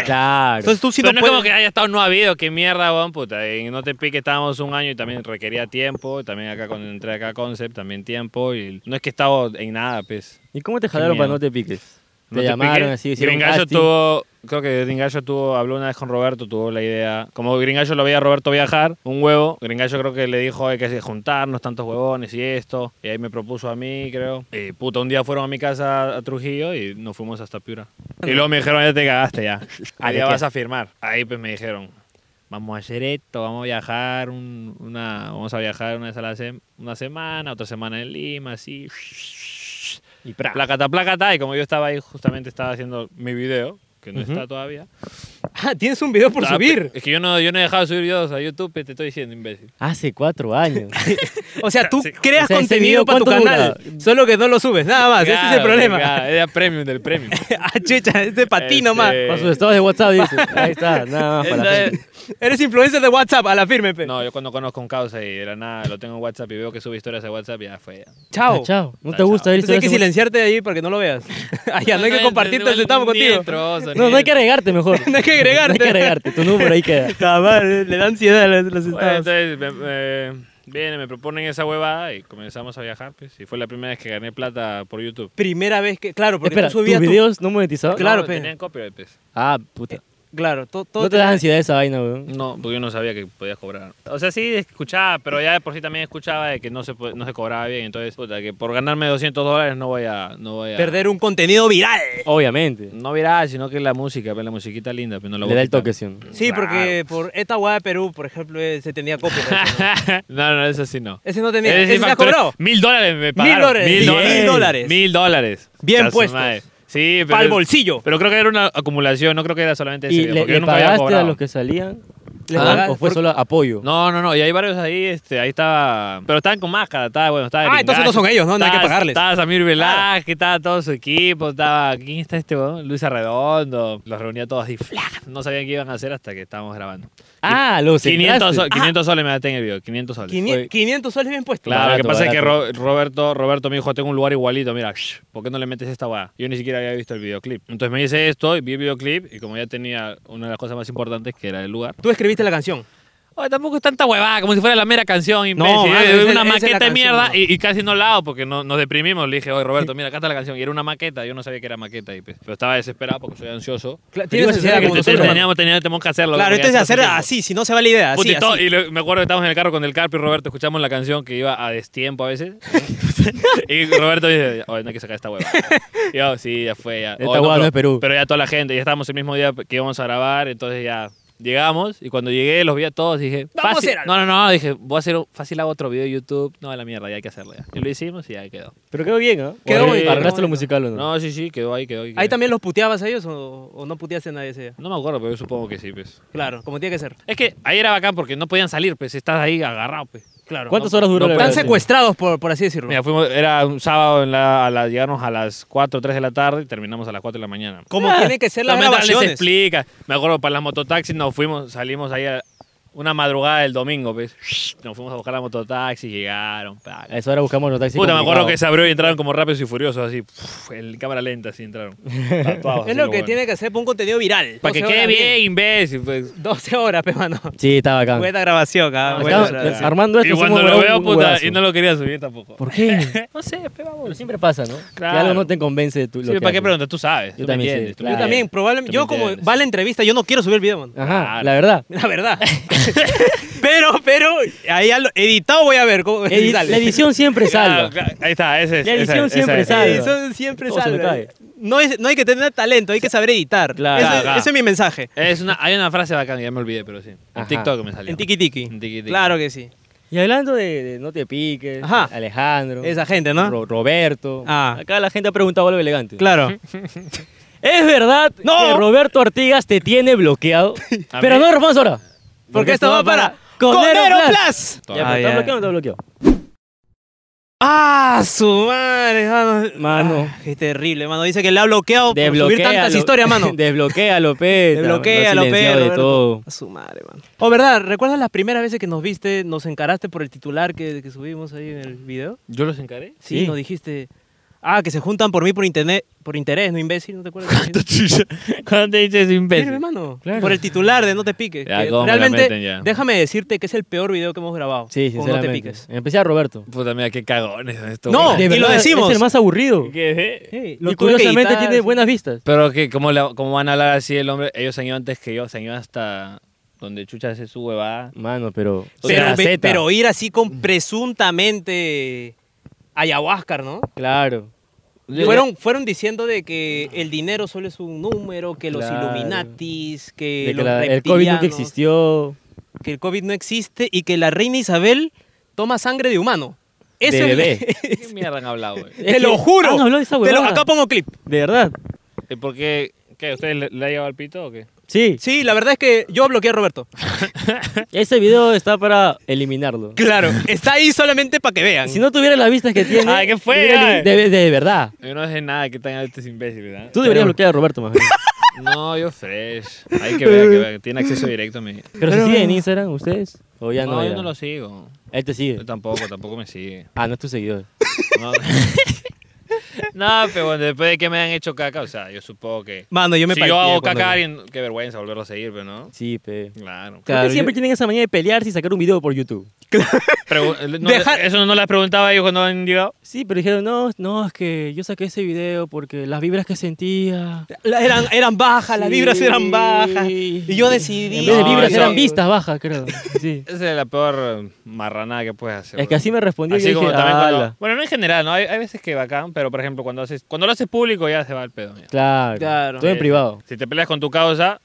S1: Claro.
S3: Entonces tú sí
S2: pero no
S3: no puedes...
S2: es como que haya estado no habido, qué mierda, weón, puta. En No te pique, estábamos un año y también requería tiempo. También acá cuando entré acá a Concept, también tiempo. Y no es que he estado en nada, pues.
S1: ¿Y cómo te jalaron
S2: miedo.
S1: para no te piques? Te
S2: No
S1: llamaron
S2: pique.
S1: así, hicieron
S2: Gringallo
S1: casting.
S2: tuvo. Creo que Gringallo tuvo, habló una vez con Roberto, tuvo la idea. Como Gringallo lo veía a Roberto viajar, un huevo. Gringallo creo que le dijo hay que juntarnos, tantos huevones y esto. Y ahí me propuso a mí, creo. Y puta, un día fueron a mi casa a Trujillo y nos fuimos hasta Piura. Y luego me dijeron, ya te cagaste ya.
S1: ¿A
S2: Ahí
S1: qué
S2: ya
S1: qué?
S2: vas a firmar. Ahí pues me dijeron, vamos a hacer esto, vamos a viajar un- una, vamos a viajar una vez a la sem- una semana, otra semana en Lima, así.
S1: Y pra.
S2: Placata, placata. Y como yo estaba ahí, justamente estaba haciendo mi video, que no
S1: Ujú.
S2: está todavía.
S3: Ah, tienes un video por
S2: Ah,
S3: subir.
S2: Es que yo no, yo no he dejado de subir videos a YouTube, te estoy diciendo, imbécil.
S1: Hace cuatro años.
S3: O sea, tú
S2: Sí.
S3: creas
S1: O sea, ese video,
S3: contenido para tu
S1: ¿cuánto
S3: canal, solo que no lo subes, nada más. Ah, ese es el
S2: Claro,
S3: problema.
S2: claro, Era premium del premium.
S3: ah, chucha, este para ti
S2: Este,
S3: nomás.
S1: Para sus estados de WhatsApp dice. Ahí está, nada más para la gente.
S2: Entonces,
S3: Eres influencer de WhatsApp, a la firme, pe.
S2: no, yo cuando conozco un causa y de la nada lo tengo en WhatsApp y veo que sube historias a WhatsApp, ya fue. ya.
S3: Chao.
S1: Ah, chao. No te
S2: Chao,
S1: gusta
S2: chao.
S1: ver
S3: Entonces hay que
S1: historias de-
S3: silenciarte de ahí para que no lo veas. Ah, ya, no hay que compartirte el
S2: no,
S3: estamos
S2: ni
S3: contigo.
S2: entro, oso, ni
S1: No, no hay que
S2: entro.
S1: agregarte mejor.
S3: No hay que agregarte.
S1: No hay que agregarte. Tu número ahí queda.
S3: Jamás, le da ansiedad a los, los
S2: Bueno,
S3: estados.
S2: entonces, me, me- viene, me proponen esa huevada y comenzamos a viajar. Pues, y fue la primera vez que gané plata por YouTube.
S3: Primera vez que. Claro, porque
S1: Espera,
S3: tú subías
S1: ¿tus
S3: tu-
S1: videos no monetizados?
S3: Claro,
S2: no,
S3: pe.
S2: tenían copyright, pues.
S1: Ah, puta.
S3: Claro, to- todo.
S1: No te das ansiedad esa vaina, weón.
S2: No, porque yo no sabía que podías cobrar. O sea, sí escuchaba, pero ya de por sí también escuchaba de que no se, po- no se cobraba bien. Entonces, puta, que por ganarme 200 dólares no voy a... No voy a
S3: Perder un contenido viral.
S1: Obviamente.
S2: No viral, sino que la música, pues, la musiquita linda, pero no la voy
S1: Le da
S2: a
S1: el
S2: quitar.
S1: toque, sí. o no.
S3: Sí, porque por esta guada de Perú, por ejemplo, eh, se tenía copyright. ¿no?
S2: no, no, eso sí no.
S3: Ese no tenía.
S2: Ese sí
S3: Ese se ha
S2: facturé-
S3: cobrado.
S2: Mil dólares me pagaron.
S3: dólares, bien. Mil
S2: Mil
S3: dólares.
S2: dólares. Mil dólares.
S3: Bien
S2: Puta su
S3: puestos.
S2: madre. Sí, pero...
S3: Para el bolsillo.
S2: Pero creo que era una acumulación, no creo que era solamente ese
S1: ¿Y
S2: video,
S1: le,
S2: porque
S1: le
S2: yo nunca había
S1: pagaste a
S2: cobrado.
S1: los que salían?
S3: Le
S1: ¿O-
S3: pagaste
S1: ¿O fue
S3: por-
S1: solo apoyo?
S2: Ah, No, no, no, y hay varios ahí, este, ahí estaba, pero estaban con máscara, estaba, bueno, estaba
S3: Ah,
S2: Gringacho,
S3: entonces no son ellos, ¿no? No hay que
S2: estaba-
S3: pagarles.
S2: Estaba Samir Velázquez, estaba todo su equipo, estaba, ¿quién está este, weón? Luis Arredondo, los reunía todos así, ¡flac! no sabían qué iban a hacer hasta que estábamos grabando.
S1: Ah, los
S2: 500,
S1: entraste.
S2: sol- 500 soles me gasté en el video, 500 soles.
S3: Quini-
S1: Oye.
S3: 500 soles bien puestos.
S2: Claro, lo que
S1: Barato,
S2: pasa
S1: barato.
S2: es que Ro- Roberto, Roberto me dijo, tengo un lugar igualito, mira, shh, ¿por qué no le metes esta weá? Yo ni siquiera había visto el videoclip. Entonces me hice esto, y vi el videoclip, y como ya tenía una de las cosas más importantes, que era el lugar,
S3: Tú escribiste la canción.
S2: Oye, tampoco es tanta huevada, como si fuera la mera canción, imbécil.
S3: No, mano,
S2: Eh,
S3: esa es- esa
S2: una
S3: es la
S2: maqueta de
S3: canción,
S2: mierda
S3: mano.
S2: y, y casi no la hago porque no, nos deprimimos. Le dije, oye, Roberto, mira, acá está la canción. Y era una maqueta, yo no sabía que era maqueta. Y, pues, pero estaba desesperado porque soy ansioso.
S1: Pero
S3: Claro, tienes
S1: ibas a hacer
S3: ansiedad
S1: algo
S2: Porque
S3: como
S1: de
S2: te-
S3: nosotros.
S1: nosotros,
S2: teníamos, teníamos, teníamos que hacerlo.
S3: Claro,
S2: porque
S3: esto es
S2: ya
S3: de
S2: hace
S3: hacer
S2: tiempo.
S3: así, si no se va la idea.
S2: Puta,
S3: Así,
S2: y, todo-
S3: así.
S2: y lo- me acuerdo que estábamos en el carro con el Carpio y Roberto escuchamos la canción que iba a destiempo a veces. ¿eh? y Roberto dice, oye, no hay que sacar esta hueva. Y yo, sí, ya fue, ya.
S1: Esta
S2: Oye,
S1: huevada no
S2: pero-
S1: es Perú.
S2: Pero ya toda la gente, ya estábamos el mismo día que íbamos a grabar, entonces ya Llegamos y cuando llegué los vi a todos y dije,
S1: Vamos a
S2: fácil.
S1: hacer algo.
S2: No, no, no, dije, voy a hacer un- fácil hago otro video de YouTube. No, a la mierda, ya hay que hacerlo ya. Y lo hicimos y ya quedó.
S1: Pero quedó bien, ¿ah? ¿no?
S2: Quedó
S1: Quedó
S2: bien.
S1: bien. Arreglaste
S3: Quedó
S1: lo
S3: bien.
S1: musical, ¿o no?
S2: No, sí, sí, quedó ahí, quedó ahí. quedó
S3: ¿Ahí también los puteabas a ellos o, o no puteaste a nadie ese día?
S2: No me acuerdo, pero yo supongo que sí, pues.
S3: Claro, como tiene que ser.
S2: Es que ahí era bacán porque no podían salir, pues estás ahí agarrado, pues.
S3: Claro.
S1: ¿Cuántas
S2: no,
S1: horas duró
S2: no,
S1: la
S2: tan
S1: grabación?
S3: Están secuestrados, por, por así decirlo.
S2: Mira, fuimos, era un sábado, en la, a la- llegamos a las 4 o 3 de la tarde y terminamos a las 4 de la mañana.
S3: como tiene que ser las
S2: También les
S3: grabaciones.
S2: explica. Me acuerdo, para las mototaxis nos fuimos, salimos ahí a una madrugada del domingo, pues. Nos fuimos a buscar la mototaxi, llegaron. pa.
S1: A esa hora buscamos los taxis.
S2: Puta, me acuerdo
S1: complicados.
S2: que se abrió y entraron como rápidos y furiosos, así. pf, en cámara lenta, así entraron. Tatuados, pues, así
S3: Es lo
S2: los
S3: que
S2: huevones.
S3: tiene que ser para un contenido viral.
S2: Para que
S3: 12
S2: quede
S3: horas
S2: bien, imbécil. Pues.
S3: 12 horas, pe mano.
S1: Sí, estaba acá.
S3: Buena grabación,
S2: Buena
S3: cabrón. Buena
S2: grabación.
S3: grabación.
S1: Armando esto
S2: Y cuando
S1: hicimos
S2: lo
S1: un
S2: veo, puta,
S1: huevazo.
S2: y no lo quería subir tampoco.
S1: ¿Por qué?
S2: No sé, pe, vamos.
S1: Pero siempre pasa, ¿no?
S2: Claro.
S1: Que algo no te convence de tu.
S2: Sí, ¿Para qué preguntas? Tú sabes.
S1: Yo
S2: tú me
S1: también sé,
S2: entiendes, tú me
S1: claro.
S3: Yo también, probablemente.
S2: Tú me
S3: Yo, como
S2: entiendes.
S3: va la entrevista, yo no quiero subir el video, mano.
S1: Ajá, la
S2: Claro.
S1: verdad.
S3: La verdad. pero, pero, ahí al- editado voy a ver. Cómo, si
S1: Edi-
S3: sale.
S1: la edición siempre
S2: Claro,
S1: salva.
S2: claro, Ahí está, ese es.
S1: La
S2: ese
S1: edición
S2: es,
S1: siempre
S2: ese es.
S1: sale.
S3: La edición siempre
S1: Todo se me
S3: sale.
S1: cae.
S3: No, es, no hay que tener talento, hay que saber editar.
S1: Claro.
S3: Ese,
S2: Claro.
S3: ese es mi mensaje.
S2: Es una, hay una frase bacana, ya me olvidé, pero sí. En
S1: Ajá.
S2: TikTok me salió.
S3: En tiki tiki.
S2: En tiki-tiki.
S3: Claro que sí.
S1: Y hablando de, de No Te Piques,
S3: Ajá.
S1: Alejandro,
S3: Esa gente, ¿no?
S1: Ro- Roberto.
S3: Ah.
S1: Acá la gente ha preguntado algo elegante.
S3: Claro.
S1: ¿Es verdad
S3: No.
S1: que Roberto Ortigas te tiene bloqueado?
S2: ¿A
S1: pero
S2: mí?
S1: no respondas ahora.
S3: Porque esto va para
S1: Conero
S3: Conero
S1: Plus.
S3: Plus.
S1: Ya, pues, pero
S3: Ah,
S1: ¿Está
S3: ya.
S1: bloqueado o no está bloqueado?
S3: Ah, su madre, mano.
S1: Mano.
S3: Ah, qué terrible, mano. Dice que le ha bloqueado por subir
S1: Desbloquéalo.
S3: tantas historias, mano.
S1: Desbloquea, López.
S3: Desbloquea,
S1: lo
S3: lo
S1: ha silenciado
S3: pega,
S1: de
S3: Roberto.
S1: todo.
S3: A su madre, mano. Oh, ¿verdad? ¿Recuerdas las primeras veces que nos viste, nos encaraste por el titular que, que subimos ahí en el video?
S2: ¿Yo los encaré?
S3: Sí,
S1: Sí.
S3: nos dijiste, ah, que se juntan por mí por internet, por interés, ¿no, imbécil? ¿No te acuerdas?
S2: ¿Cuándo te dices
S3: Mírame,
S2: imbécil?
S3: mano,
S1: Claro.
S3: por el titular de No te piques.
S2: Ya,
S3: que
S2: cómo me la
S3: realmente,
S2: meten ya.
S3: déjame decirte que es el peor video que hemos grabado.
S1: Sí,
S3: con No
S1: sinceramente.
S3: te piques.
S1: Empecé a Roberto.
S2: Puta, mira, qué cagones son estos.
S3: No.
S2: güeyes.
S3: y lo decimos.
S1: Es el más aburrido.
S2: ¿Qué?
S1: Sí,
S3: lo
S1: y
S3: tuve que
S1: curiosamente
S3: editar,
S1: tiene
S3: sí.
S1: buenas vistas.
S2: Pero que, ¿cómo, la- ¿cómo van a hablar así el hombre? Ellos se han ido antes que yo, se han ido hasta donde Chucha hace su huevada.
S1: Mano, pero.
S2: O sea,
S3: Pero,
S1: la
S3: ve-
S1: Zeta.
S3: pero ir así con presuntamente ayahuasca, ¿no?
S1: Claro.
S3: Fueron, fueron diciendo de que el dinero solo es un número, que los
S1: Claro.
S3: Illuminatis, que,
S1: De que
S3: los
S1: la- el COVID nunca
S3: reptilianos,
S1: existió.
S3: Que el COVID no existe y que la reina Isabel toma sangre de humano.
S1: De
S3: Eso es-
S1: bebé.
S2: ¿Qué mierda han hablado, güey?
S1: Es
S3: te
S1: que
S3: lo juro.
S1: han hablado de esa
S3: Te lo-
S1: huevada.
S3: acá pongo clip.
S1: De verdad.
S2: ¿Y por qué? ¿Qué? ¿Ustedes le, le ha llevado al pito o qué?
S1: Sí.
S3: Sí, la verdad es que yo bloqueé a Roberto.
S1: Ese video está para eliminarlo.
S3: Claro, está ahí solamente para que vean.
S1: Si no tuviera las vistas que tiene.
S2: Ay, ¿qué fue?
S1: tuviera el- De, de- de verdad.
S2: Yo no sé nada que tengan estos imbéciles, ¿verdad?
S1: Tú deberías
S3: Pero-
S1: bloquear a Roberto más bien.
S2: No, yo fresh. Hay que ver, que ver. Tiene acceso directo a mí.
S1: Pero se siguen en Instagram ustedes. O ya no.
S2: no,
S1: ya?
S2: yo no lo sigo.
S1: Él te
S2: Yo
S1: sigue.
S2: tampoco, tampoco me sigue.
S1: Ah, no es tu seguidor.
S2: No, No, pero bueno, después de que me han hecho caca, o sea, yo supongo que.
S3: Mano, yo me
S2: si
S3: partí
S2: yo hago
S3: cuando
S2: caca a
S3: vi.
S2: alguien, qué vergüenza volverlo a seguir, pero no.
S1: Sí, pe.
S2: Claro.
S1: Creo que
S3: Claro,
S1: siempre
S3: yo-
S1: tienen esa manía de pelearse y sacar un video por YouTube.
S2: Pregu- no,
S3: Dejar-
S2: Eso no las preguntaba yo cuando han llegado.
S1: Sí, pero dijeron, no, no, es que yo saqué ese video porque las vibras que sentía.
S3: La- eran, eran bajas, las
S1: Sí.
S3: vibras eran bajas. Y yo decidí.
S1: En vez de
S2: No,
S1: vibras
S2: eso-
S1: eran vistas bajas, creo. Sí.
S2: Esa es la peor eh, marranada que puedes hacer.
S1: Es que así me respondió y
S2: Así
S1: yo
S2: como
S1: dije,
S2: también cuando,
S1: "Ala".
S2: Bueno, no en general, ¿no? Hay, hay veces que bacán, pero por ejemplo, cuando, haces, cuando lo haces público ya se va el pedo. ya.
S1: Claro.
S3: Claro.
S1: Todo en
S2: Eh,
S1: privado.
S2: Si te peleas con tu causa,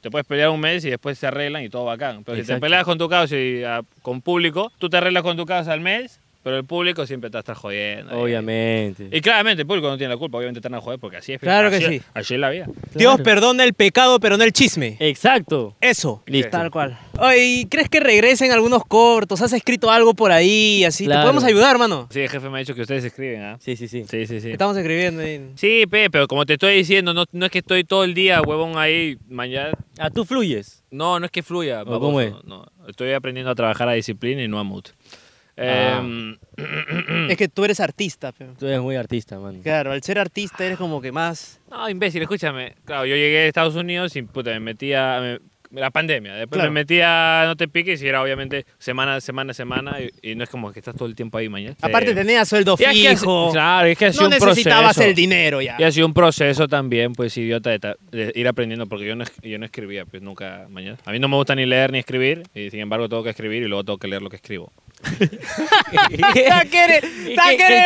S2: te puedes pelear un mes y después se arreglan y todo bacán. Pero si te
S1: Exacto.
S2: peleas con tu causa y ah, con público, tú te arreglas con tu causa al mes, pero el público siempre te está jodiendo. ahí.
S1: Obviamente.
S2: Y claramente el público no tiene la culpa, obviamente te van a joder porque así es. pues,
S3: Claro que
S2: así-
S3: sí.
S2: Así es la vida.
S3: Dios
S1: Claro.
S3: perdona el pecado, pero no el chisme.
S1: Exacto.
S3: Eso.
S1: Listo.
S3: Tal cual. Oye, ¿crees que regresen algunos cortos? ¿Has escrito algo por ahí? Así, ¿te
S1: Claro.
S3: podemos ayudar, hermano?
S2: Sí, el jefe me ha dicho que ustedes escriben, ¿ah?
S1: Sí, sí, sí.
S2: Sí, sí, sí.
S3: Estamos escribiendo. ahí.
S2: Sí, pe, pero como te estoy diciendo, no, no es que estoy todo el día, huevón, ahí, mañana.
S1: Ah, tú fluyes.
S2: No, no es que fluya.
S1: ¿O
S2: baboso,
S1: cómo es?
S2: No, estoy aprendiendo a trabajar a disciplina y no a mood.
S1: Ah.
S2: Em,
S3: Es que tú eres artista, pero.
S1: Tú eres muy artista, man.
S3: Claro, al ser artista eres como que más.
S2: No, imbécil, escúchame. Claro, yo llegué a Estados Unidos y puta, me metía. la pandemia. Después
S3: Claro.
S2: me metía No Te Piques y era obviamente semana, semana, semana. Y, y no es como que estás todo el tiempo ahí mañana.
S3: Aparte, tenías sueldo
S2: Y es que ha-
S3: fijo.
S2: claro, es que ha sido
S3: no
S2: un
S3: necesitabas
S2: proceso.
S3: el dinero ya.
S2: Y ha sido un proceso también, pues, idiota, de, ta- de ir aprendiendo, porque yo no, es- yo no escribía, pues, nunca mañana. A mí no me gusta ni leer ni escribir, y sin embargo tengo que escribir y luego tengo que leer lo que escribo.
S3: Taquere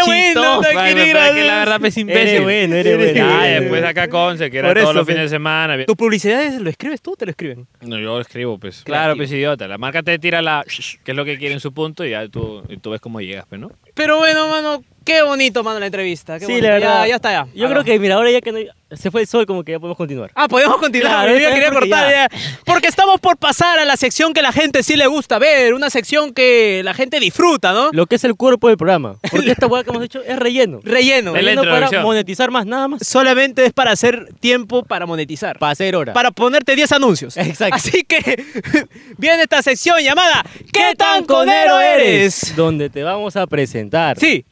S3: bueno, taquere
S2: La verdad es imbécil.
S1: Eres bueno, eres bueno.
S2: Ah,
S1: Eres
S2: después
S1: bueno.
S2: acá Conce, que era
S3: Por
S2: todos
S3: eso, pues,
S2: los
S3: pe-
S2: fines de semana.
S3: ¿Tus publicidades lo escribes tú o te lo escriben?
S2: No, yo escribo, pues. Claro, pues idiota. La marca te tira la... que es lo que quiere en su punto y ya tú, y tú ves cómo llegas, pues, ¿no?
S3: Pero bueno, mano, qué bonito, mano, la entrevista. qué
S1: Sí,
S3: bonito.
S1: la verdad.
S3: Ya, ya está, ya. Ah,
S1: Yo
S3: Ahora.
S1: creo que, mira, ahora ya que no- se fue el sol, como que ya podemos continuar.
S3: Ah, podemos continuar.
S1: Claro,
S3: yo ya
S1: está bien,
S3: quería
S1: porque
S3: cortar.
S1: ya.
S3: ya. Porque estamos por pasar a la sección que la gente sí le gusta ver. Una sección que la gente disfruta, ¿no?
S1: Lo que es el cuerpo del programa. Porque esta hueá que hemos hecho es relleno.
S3: Relleno.
S2: El-
S1: Relleno para
S2: introducción.
S1: monetizar más, nada más.
S3: Solamente es para hacer tiempo para monetizar.
S1: e- Para hacer hora.
S3: para ponerte 10 anuncios.
S1: Exacto.
S3: Así que viene esta sección llamada ¿Qué tan
S1: conero
S3: conero eres?
S1: Donde te vamos a presentar.
S3: Sí.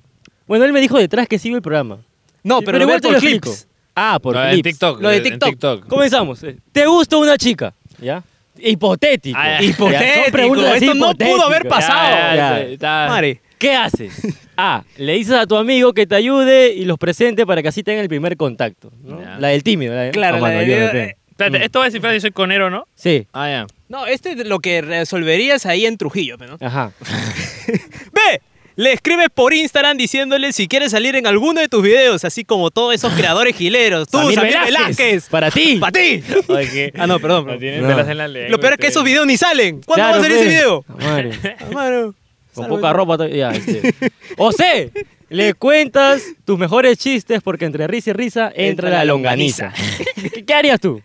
S1: Bueno, él me dijo detrás que sigue el programa.
S3: No,
S1: Sí,
S3: pero, igual te
S1: por
S3: los
S1: clips.
S3: clips.
S1: Ah, por
S2: Lo de
S1: clips.
S2: TikTok.
S3: Lo de
S2: en
S3: TikTok.
S1: Comenzamos. Eh, ¿Te gusta una chica? ¿Ya? Hipotético.
S2: Ah, ya.
S1: Ya, son
S3: Hipotético.
S1: preguntas
S3: Esto no pudo haber
S1: hipotéticas.
S3: pasado.
S2: Ya, ya,
S1: Ya.
S2: está-
S3: Mare.
S1: ¿Qué haces? A. Le dices a tu amigo que te ayude y los presente para que así tengan el primer contacto. ¿no?
S2: Ya.
S1: La del tímido. La de-
S3: Claro,
S1: Ah,
S3: la
S1: mano,
S3: de- eh.
S1: yo no creo.
S2: Espérate, esto va a descifrar si soy conero, ¿no?
S1: Sí.
S2: Ah, ya.
S3: No, este es lo que resolverías ahí en Trujillo, pe, ¿no?
S1: Ajá.
S3: B. Le escribes por Instagram diciéndole si quieres salir en alguno de tus videos, así como todos esos creadores gileros. Tú,
S1: Samir
S3: Samir
S1: Velázquez.
S3: Velázquez.
S1: Para ti.
S3: Para ti. Ah, no,
S2: No
S3: perdón. perdón.
S2: tienen
S1: No.
S2: velas en la lengua. este.
S3: Lo peor es que
S2: ustedes.
S3: esos videos ni salen. ¿Cuándo
S1: eh, este, Claro,
S3: va a salir
S1: pues.
S3: ese video?
S1: Ah, madre.
S3: Ah, mano.
S1: Con
S3: Salve,
S1: poca
S3: ¿no?
S1: ropa to- ya, este. O C, le cuentas tus mejores chistes porque entre risa y risa entra la longaniza. ¿Qué, qué harías tú?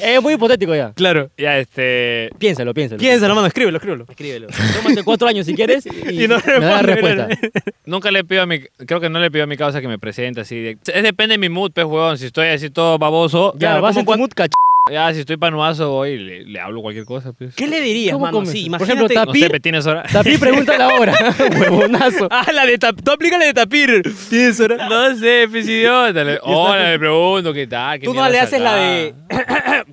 S1: Es muy hipotético ya.
S3: Claro.
S2: Ya, este...
S1: Piénsalo, piénsalo.
S3: Piénsalo, mano, escríbelo, escríbelo.
S1: Escríbelo. Tómate cuatro años si quieres y,
S2: Y no
S1: me das la
S2: responde,
S1: respuesta.
S2: Nunca le pido a mi... Creo que no le pido a mi causa que me presente así. de- Es depende de mi mood, pues, huevón. Si estoy así todo baboso...
S1: Ya,
S2: claro,
S1: vas
S2: ¿cómo
S1: en tu
S2: puedo-
S1: mood cach...
S2: Ya, si estoy panuazo voy y le, le hablo cualquier cosa, pues.
S3: ¿Qué le dirías,
S1: ¿Cómo
S3: mano?
S1: comes?
S3: Sí,
S1: Por ejemplo,
S3: imagínate.
S2: No
S1: Tapir.
S2: sé, pe, ¿tienes hora?
S1: Tapir pregunta la hora. Huevonazo.
S3: Ah, la de Tapir. Tú aplícale de Tapir. Tienes hora.
S2: No sé, pues, idiota. Le- Hola, le pregunto, ¿qué tal? ¿Qué
S3: Tú
S2: mierda
S3: no le haces la
S2: sabrá?
S3: de.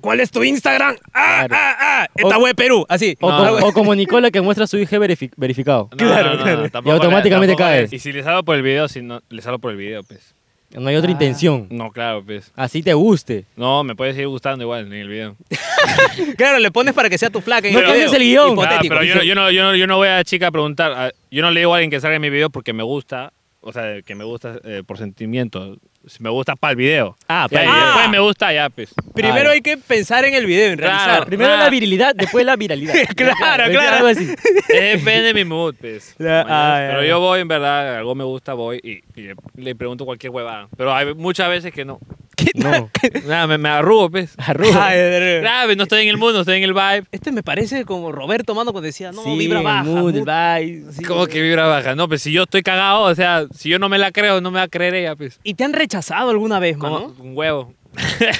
S3: ¿Cuál es tu Instagram? Ah,
S1: Claro.
S3: ah, ah. Esta
S1: O-
S3: web Perú. Así.
S1: O,
S2: No,
S1: co-
S2: güey.
S1: o como Nicola que muestra su IG verifi- verificado.
S2: No,
S3: Claro,
S2: no, no,
S3: claro.
S2: no,
S3: Y
S2: tampoco
S1: automáticamente
S2: le- tampoco le-
S1: caes.
S2: Y si les hablo por el video, si no, les hablo por el video, pues.
S1: No hay otra
S3: Ah.
S1: intención.
S2: No, claro, pues.
S1: Así te guste.
S2: No, me puede seguir gustando igual en el video.
S3: Claro, le pones para que sea tu flaca. en
S1: No
S3: el video.
S1: cambies el guión.
S2: Ah,
S3: Hipotético.
S2: pero yo, no- yo, no, yo, no, yo no voy a la chica a preguntar. ah, Yo no le digo a alguien que salga en mi video porque me gusta. O sea, que me gusta eh, por sentimiento. Si me gusta para el video.
S1: Ah,
S2: Ya,
S1: pa'l
S2: y
S1: video.
S2: después me gusta, ya, pues.
S3: Primero
S1: Claro.
S3: hay que pensar en el video, en
S2: Claro.
S3: realizar.
S1: Primero
S2: Ah.
S1: la virilidad, después la viralidad.
S3: Claro, claro.
S1: Algo así.
S2: Depende de mi mood, pues.
S3: Ya,
S2: Mañana,
S3: ah, ya,
S2: pero
S3: ya.
S2: yo voy, en verdad, algo me gusta, voy y, y le, le pregunto cualquier huevada. Pero hay muchas veces que no.
S1: No.
S2: Nada, me, me arrugo, pues.
S1: Arruga.
S3: Ay, de verdad.
S2: Grave, no estoy en el mood, no estoy en el vibe.
S3: Este me parece como Roberto Mano cuando decía, no,
S1: Sí,
S3: vibra
S1: el
S3: baja.
S1: mood,
S3: mood.
S1: el vibe, sí.
S2: ¿Cómo que vibra baja? No, pues si yo estoy cagado, o sea, si yo no me la creo, no me va a creer ella, pues.
S3: ¿Y te han rechazado alguna vez,
S2: Como
S3: mano?
S2: un huevo.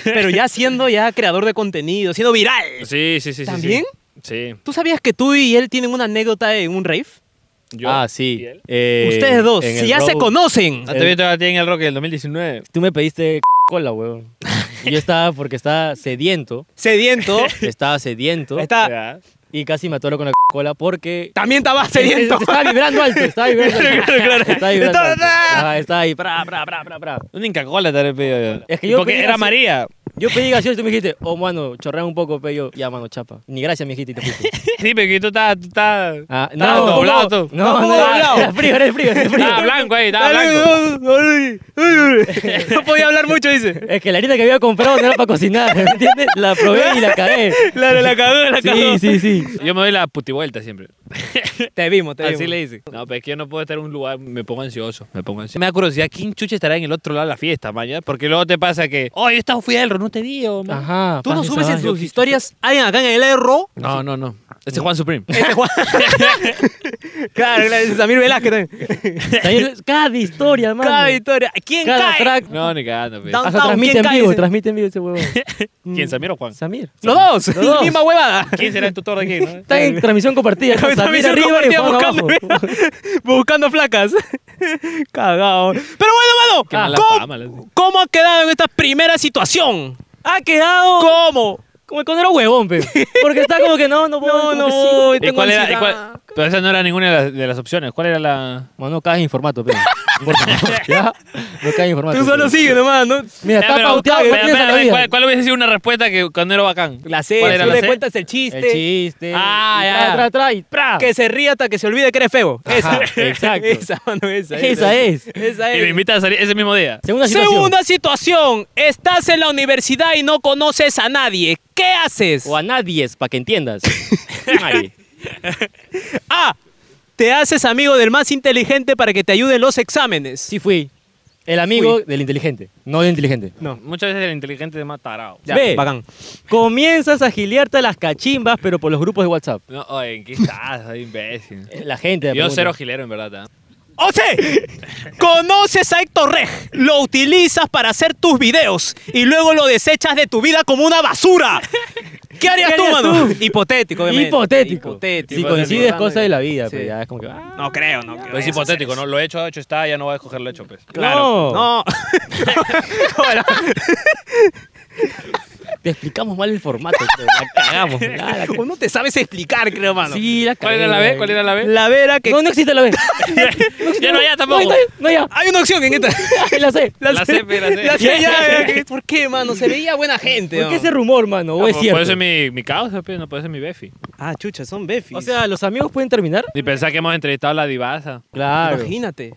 S3: Pero ya siendo ya creador de contenido, siendo viral.
S2: Sí, sí, sí, sí. sí.
S3: ¿También?
S2: Sí.
S3: ¿Tú sabías que tú y él tienen una anécdota en un rave?
S2: Yo
S1: ah,
S2: y
S1: sí.
S2: él.
S1: Eh,
S3: Ustedes dos,
S1: en
S3: si
S1: el
S3: ya se
S1: road,
S3: conocen.
S2: Ah, te vi todavía en el Rock del 2019.
S1: Tú me pediste cola, weón. Y Yo estaba porque estaba sediento.
S3: Sediento.
S1: Estaba sediento.
S3: está,
S2: Ya.
S1: Y casi me atoro con la cola porque.
S3: También estaba sediento.
S1: Estaba vibrando alto, estaba vibrando alto. Estaba vibrando
S3: Estaba-
S1: alto. Ajá, estaba ahí, pra, pra, pra, pra, pra.
S2: Un Inca Cola te habré pedido yo.
S1: Es que yo
S2: Porque
S1: pedí
S2: era
S1: así-
S2: María.
S1: Yo pedí gaseosa y tú me dijiste, oh, mano, chorrea un poco, pero yo, ya, mano, chapa. Ni gracias, mijita, y te fuiste.
S2: Sí, pero que tú estás. Tú estás
S1: Ah,
S2: estabas
S1: no,
S2: doblado tú.
S1: No, no,
S3: ¿Cómo doblado?
S1: no, era frío, era frío, era frío.
S2: Estaba blanco ahí, estaba blanco.
S3: No podía hablar mucho, dice.
S1: Es que la harina que había comprado no era para cocinar, ¿me entiendes? La probé y la cagué.
S3: Claro, la cagó, la
S1: Sí,
S3: cagó.
S1: sí, sí.
S2: Yo me doy la putivuelta siempre.
S3: Te vimos, te
S2: Así
S3: vimos.
S2: le dice. No, pero es que yo no puedo estar en un lugar, me pongo ansioso. Me pongo ansioso. Me da curiosidad quién chucha estará en el otro lado de la fiesta, mañana. Porque luego te pasa que, oh, yo estaba fui a Elro, no te vi, o man".
S1: Ajá.
S3: Tú no
S1: pasa
S3: subes
S1: esa
S3: en
S1: vaina.
S3: tus historias. Alguien acá en el erro.
S2: No, no, no. Este es Juan Supreme.
S3: Este Juan. claro, claro, dice Samir Velázquez también.
S1: También- Cada historia, mano.
S3: Cada victoria. ¿Quién
S1: Cada
S3: cae?
S1: track.
S2: No, ni cagando. pues.
S3: Down-
S1: Hasta
S3: Down,
S1: transmite
S3: ¿quién
S1: en
S3: cae
S1: vivo,
S3: ese?
S1: transmite en vivo ese huevón.
S2: ¿Quién, Samir o Juan?
S1: Samir.
S3: Los dos.
S1: Los dos.
S3: Misma huevada.
S2: ¿Quién será en tu torre aquí? no?
S1: Está en transmisión compartida. con Samir
S3: Transmisión
S1: arriba y
S3: compartida
S1: Juan abajo.
S3: buscando, buscando flacas. Cagado. Pero bueno,
S2: Qué
S3: mano.
S2: mala
S3: ¿cómo,
S2: fama, la-
S3: Ah, cómo ha quedado en esta primera situación?
S1: Ah,
S3: ¿Ha Ah, quedado? ¿Cómo?
S1: Como el conero huevón, pe. Porque está como que no, no voy.
S3: No,
S1: como
S3: no
S1: que sí.
S3: voy.
S2: ¿Y
S3: tengo
S2: cuál era? y
S3: ansiedad.
S2: cuál- Pero esa no era ninguna de las, de las opciones. ¿Cuál era la...?
S1: Mano, caes en formato, pe. importa. ¿Ya? No cae informático.
S3: Tú solo sigue nomás, ¿no?
S1: Mira,
S2: Ya,
S1: está
S2: pero-
S1: pauteado.
S2: espera,
S1: no piensa en la
S2: espera,
S1: vida.
S2: ¿cuál, cuál hubiese sido una respuesta que cuando era bacán?
S3: La C,
S2: ¿Cuál
S3: al
S2: era
S3: fin
S2: la
S3: de
S2: C?
S3: cuentas el chiste.
S1: El chiste.
S2: Ah,
S1: y
S2: ya.
S1: Tra, tra, tra, y tra.
S3: Que se ríe hasta que se olvide que eres feo. Esa.
S1: Ah. Ajá, exacto.
S3: Esa, mano, esa.
S1: Esa es.
S3: Esa
S2: Y
S3: es.
S2: me invita a salir ese mismo día.
S1: Segunda situación.
S3: Segunda situación. Estás en la universidad y no conoces a nadie. ¿Qué haces?
S1: O a nadie, para que entiendas. Mari.
S3: A. Te haces amigo del más inteligente para que te ayude en los exámenes.
S1: Sí fui. El amigo del inteligente. No del inteligente.
S3: No.
S2: Muchas veces el inteligente es más tarado.
S3: Ya,
S1: Ve.
S3: bacán.
S1: Comienzas a giliarte las cachimbas, pero por los grupos de WhatsApp.
S2: No, oye, ¿en qué estás? Ay, imbécil.
S1: Eh, La gente. me
S2: Yo
S1: pregunta.
S2: cero gilero, en verdad. ¿ah?
S3: O C. Conoces a Héctor Reg, lo utilizas para hacer tus videos y luego lo desechas de tu vida como una basura. ¿Qué harías,
S1: ¿Qué
S3: tú,
S1: harías
S3: mano?
S1: tú?
S3: Hipotético, obviamente.
S1: Hipotético.
S3: Hipotético.
S1: Si coincides cosas de la vida,
S3: Sí.
S1: pues ya es como que. ah,
S3: No creo, no creo.
S2: Pero Pues es hipotético, ¿no? Lo hecho, hecho está, ya no voy a escoger lo hecho, pues.
S1: Claro.
S3: No.
S1: Te explicamos mal el formato. pero la cagamos. Ah, la-
S3: Uno te sabes explicar, creo, mano.
S1: Sí, la
S2: ¿Cuál era la B?
S1: cagué.
S2: ¿Cuál era la B?
S3: La vera que.
S1: No, no existe la B.
S2: Ya no, ya tampoco.
S1: No, no, ya.
S3: Hay una opción en esta.
S1: La C.
S2: La C, pe, la C.
S3: La C, ya, eh, ¿Por qué, mano? Se veía buena gente.
S1: ¿Por qué
S3: ¿no?
S1: ese rumor, mano? ¿O
S2: No,
S1: es
S2: pu- Puede
S1: cierto?
S2: ser mi, mi causa, pe, no puede ser mi befi.
S3: Ah, chucha, son befis.
S1: O sea, ¿los amigos pueden terminar?
S2: Y pensar que hemos entrevistado a la divasa.
S1: Claro.
S3: imagínate.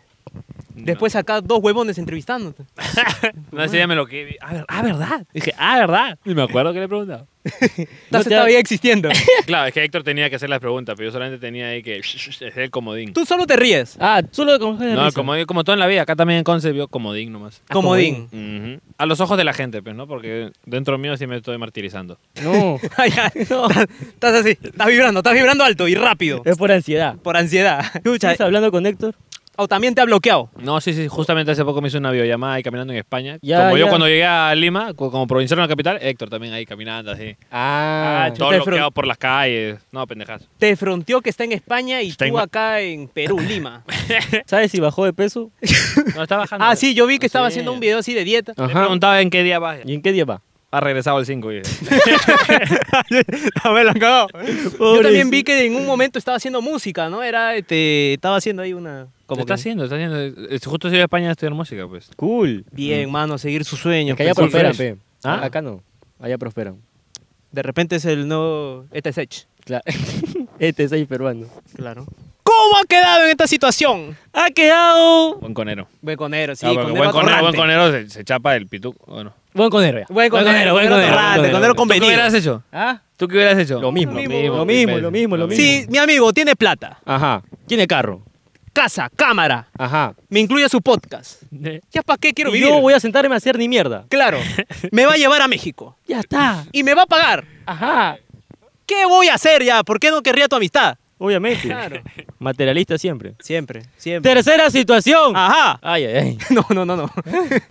S3: Después acá dos huevones entrevistándote.
S2: No sé, ya me lo que vi. Ah, ver- ah, ¿verdad? Dije, ah, ¿verdad? Y me acuerdo que le preguntaba.
S1: No
S3: Estás
S1: te-
S3: todavía existiendo.
S2: Claro, es que Héctor tenía que hacer las preguntas, pero yo solamente tenía ahí que... Es el comodín.
S3: Tú solo te ríes.
S1: Ah, solo con
S2: No, como, como todo en la vida, acá también en Conce vio comodín nomás.
S3: Ah, Comodín.
S2: Ujú. A los ojos de la gente, pues, ¿no? Porque dentro mío sí me estoy martirizando.
S1: No,
S3: Ah, ya. Estás estás así. Estás vibrando, estás vibrando alto y rápido.
S1: es por ansiedad.
S3: Por ansiedad. Chucha.
S2: eh.
S1: ¿Estás hablando con Héctor?
S3: O también te ha bloqueado.
S2: No, sí, sí, justamente hace poco me hice una videollamada ahí caminando en España.
S1: Ya,
S2: como yo
S1: ya.
S2: cuando llegué a Lima, co- como provinciano en la capital, Héctor también ahí caminando así.
S1: Ah,
S2: Todo
S3: te fron-
S2: bloqueado por las calles. No, pendejas.
S3: Te fronteó que está en España y
S2: Está en
S3: tú
S2: Ma-
S3: acá en Perú, Lima.
S1: ¿Sabes si bajó de peso?
S2: No, está bajando.
S3: Ah, sí, yo vi que estaba
S2: Sí.
S3: haciendo un video así de dieta.
S2: Le preguntaba en qué día vas.
S1: ¿Y en qué día va?
S2: Ha regresado el 5.
S3: A ver, lo han cagado. Yo también vi que en un momento estaba haciendo música, ¿no? Era, este, estaba haciendo ahí una...
S2: ¿Cómo
S3: que-
S2: está haciendo? Está haciendo. eh, Justo soy de España a estudiar música, pues.
S1: Cool.
S3: Bien, mano, seguir sus sueños.
S1: Que allá
S3: pues.
S1: prosperan,
S2: fresh.
S1: pe.
S2: Ah.
S1: Acá no. Allá prosperan.
S3: De repente es el nuevo ETSH.
S1: Claro. este es ahí peruano.
S3: Claro. ¿Cómo ha quedado en esta situación?
S1: Ha quedado.
S2: Buen conero.
S3: Buen conero, sí,
S2: Ah, porque
S3: conero
S2: buen conero, buen
S3: atorrante.
S2: conero se, se chapa el pituco. Bueno.
S1: Buen conero, ya.
S3: Buen conero, buen conero, atorrante,
S1: buen
S3: conero
S2: ¿Tú qué
S3: convenido.
S2: hubieras hecho?
S1: ¿Ah?
S2: ¿Tú qué hubieras hecho?
S1: Lo mismo.
S3: Lo
S1: Lo mismo, lo
S3: mismo,
S1: mismo, lo mismo.
S2: lo mismo.
S3: Sí, mi amigo tiene plata,
S1: Ajá. Tiene carro.
S3: casa, cámara,
S1: Ajá.
S3: me incluye su podcast. ¿Ya para qué quiero
S1: Y
S3: vivir?
S1: yo voy a sentarme a hacer ni mierda.
S3: Claro, me va a llevar a México
S1: Ya está.
S3: y me va a pagar.
S1: Ajá.
S3: ¿Qué voy a hacer ya? ¿Por qué no querría tu amistad?
S1: Obviamente.
S3: Claro.
S1: Materialista siempre.
S3: Siempre, siempre.
S1: Tercera situación.
S3: Ajá.
S1: Ay, ay, ay.
S3: No, no, no, no.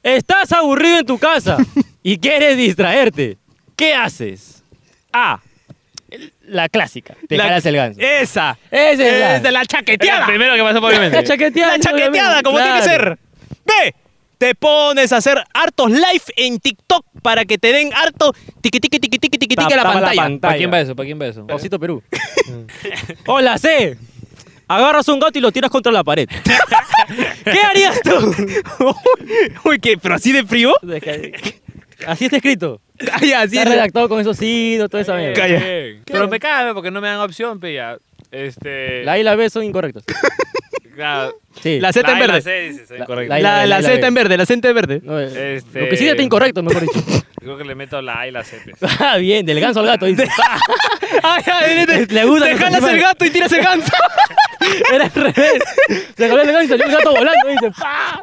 S1: Estás aburrido en tu casa y quieres distraerte. ¿Qué haces? A. La clásica. Te
S3: La- eh,
S1: jalas el ganso.
S3: Esa.
S1: Ese es la-
S3: de la
S2: Era
S3: chaqueteada.
S2: el primero que pasó por mi mente.
S1: La chaqueteada.
S3: La chaqueteada, como tiene que ser. Ve, te pones a hacer hartos live en TikTok para que te den harto tiqui tiqui tiqui tiqui tiqui tiqui a la
S1: Tapaba la
S3: pantalla.
S1: pan-
S2: ¿Para quién va eso? ¿Para quién va eso?
S1: Osito Perú. Hola, C. Agarras un gato y lo tiras contra la pared. ¿Qué harías tú?
S3: Uy, ¿qué? ¿Pero así de frío?
S1: Así está escrito.
S3: Calla, así
S1: Está
S3: de-
S1: redactado con esos signos, toda esa mierda.
S3: Calla.
S2: Bien. Pero me cabe porque no me dan opción, pe, ya. Este.
S1: La A y la B son incorrectos.
S2: claro.
S1: Sí.
S3: La C está en
S2: La, y la
S3: verde.
S2: C, dices,
S1: La-
S2: correcto.
S1: la-
S3: La, la
S1: la
S3: C está
S1: B.
S3: en verde, la C está en verde.
S1: No, eh,
S2: Este-
S1: Lo que sí está incorrecto, mejor dicho.
S2: Creo que le meto la A y la C. pe.
S1: Ah, bien, del ganso al gato, dice. Ah,
S3: Ay, ay, te,
S1: Le gusta
S3: te
S1: los
S3: jalas el
S1: animales.
S3: gato y tiras el ganso.
S1: Era al revés. Se jaló el ganso y salió el gato volando, dice. ¡pah!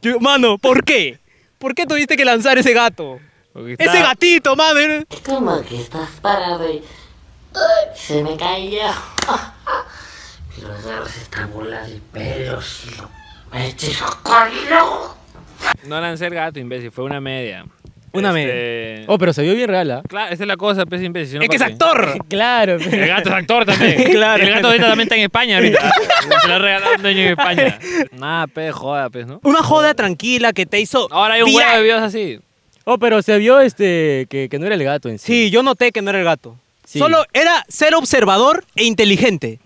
S3: Yo- mano, ¿por qué? ¿Por qué tuviste que lanzar ese gato?
S2: Porque
S3: Ese
S2: está-
S3: gatito, mano. era-
S4: Como que estás parado y... ¡Ay! Se me cayó. Y los garras están burlando y pelos y lo... ¡Me hechizo con el ojo!
S2: No lancé el gato, imbécil. Fue una media.
S3: Una
S2: media.
S1: Oh, pero se vio bien real, ¿ah?
S2: Claro, esa es la cosa, pues, imbécil. si no,
S3: Es que es
S2: ¿para qué?
S3: actor.
S1: Claro. pero-
S2: El gato es actor también.
S3: Claro.
S2: El gato ahorita también está en España ahorita. Se lo ha regalado un dueño en España. Nada, pe, joda, pues, ¿no?
S3: Una joda tranquila que te hizo.
S2: Ahora hay un
S3: viral.
S2: huevo de videos así.
S1: Oh, pero se vio este que, que no era el gato en sí.
S3: Sí, yo noté que no era el gato.
S1: Sí.
S3: Solo era ser observador e inteligente.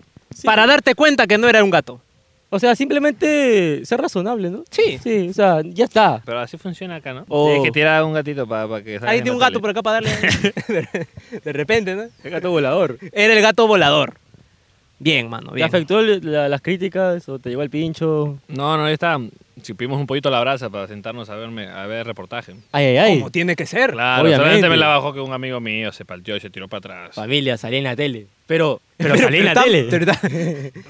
S3: Para darte cuenta que no era un gato.
S1: O sea, simplemente ser razonable, ¿no?
S3: Sí.
S1: Sí, o sea, ya está.
S2: Pero así funciona acá, ¿no?
S1: Oh.
S2: Tienes que tirar un gatito para que salga
S3: Ahí
S2: en
S3: tiene
S2: la
S3: un gato por
S2: tele.
S3: acá para darle.
S1: De repente, ¿no? El gato volador.
S3: Era el gato volador. Bien, mano,
S1: ¿Te
S3: bien.
S1: afectó la- las críticas o te llevó el pincho?
S2: No, no, ahí está. Si pedimos un pollito a la brasa para sentarnos a, verme, a ver reportaje.
S1: Ay, ay, ay.
S3: Como tiene que ser.
S2: Claro,
S1: Obviamente.
S2: solamente me la bajó que un amigo mío se partió y se tiró para atrás.
S1: Familia, salí en la tele. Pero, pero salí en la
S3: está-
S1: tele.
S3: pero está-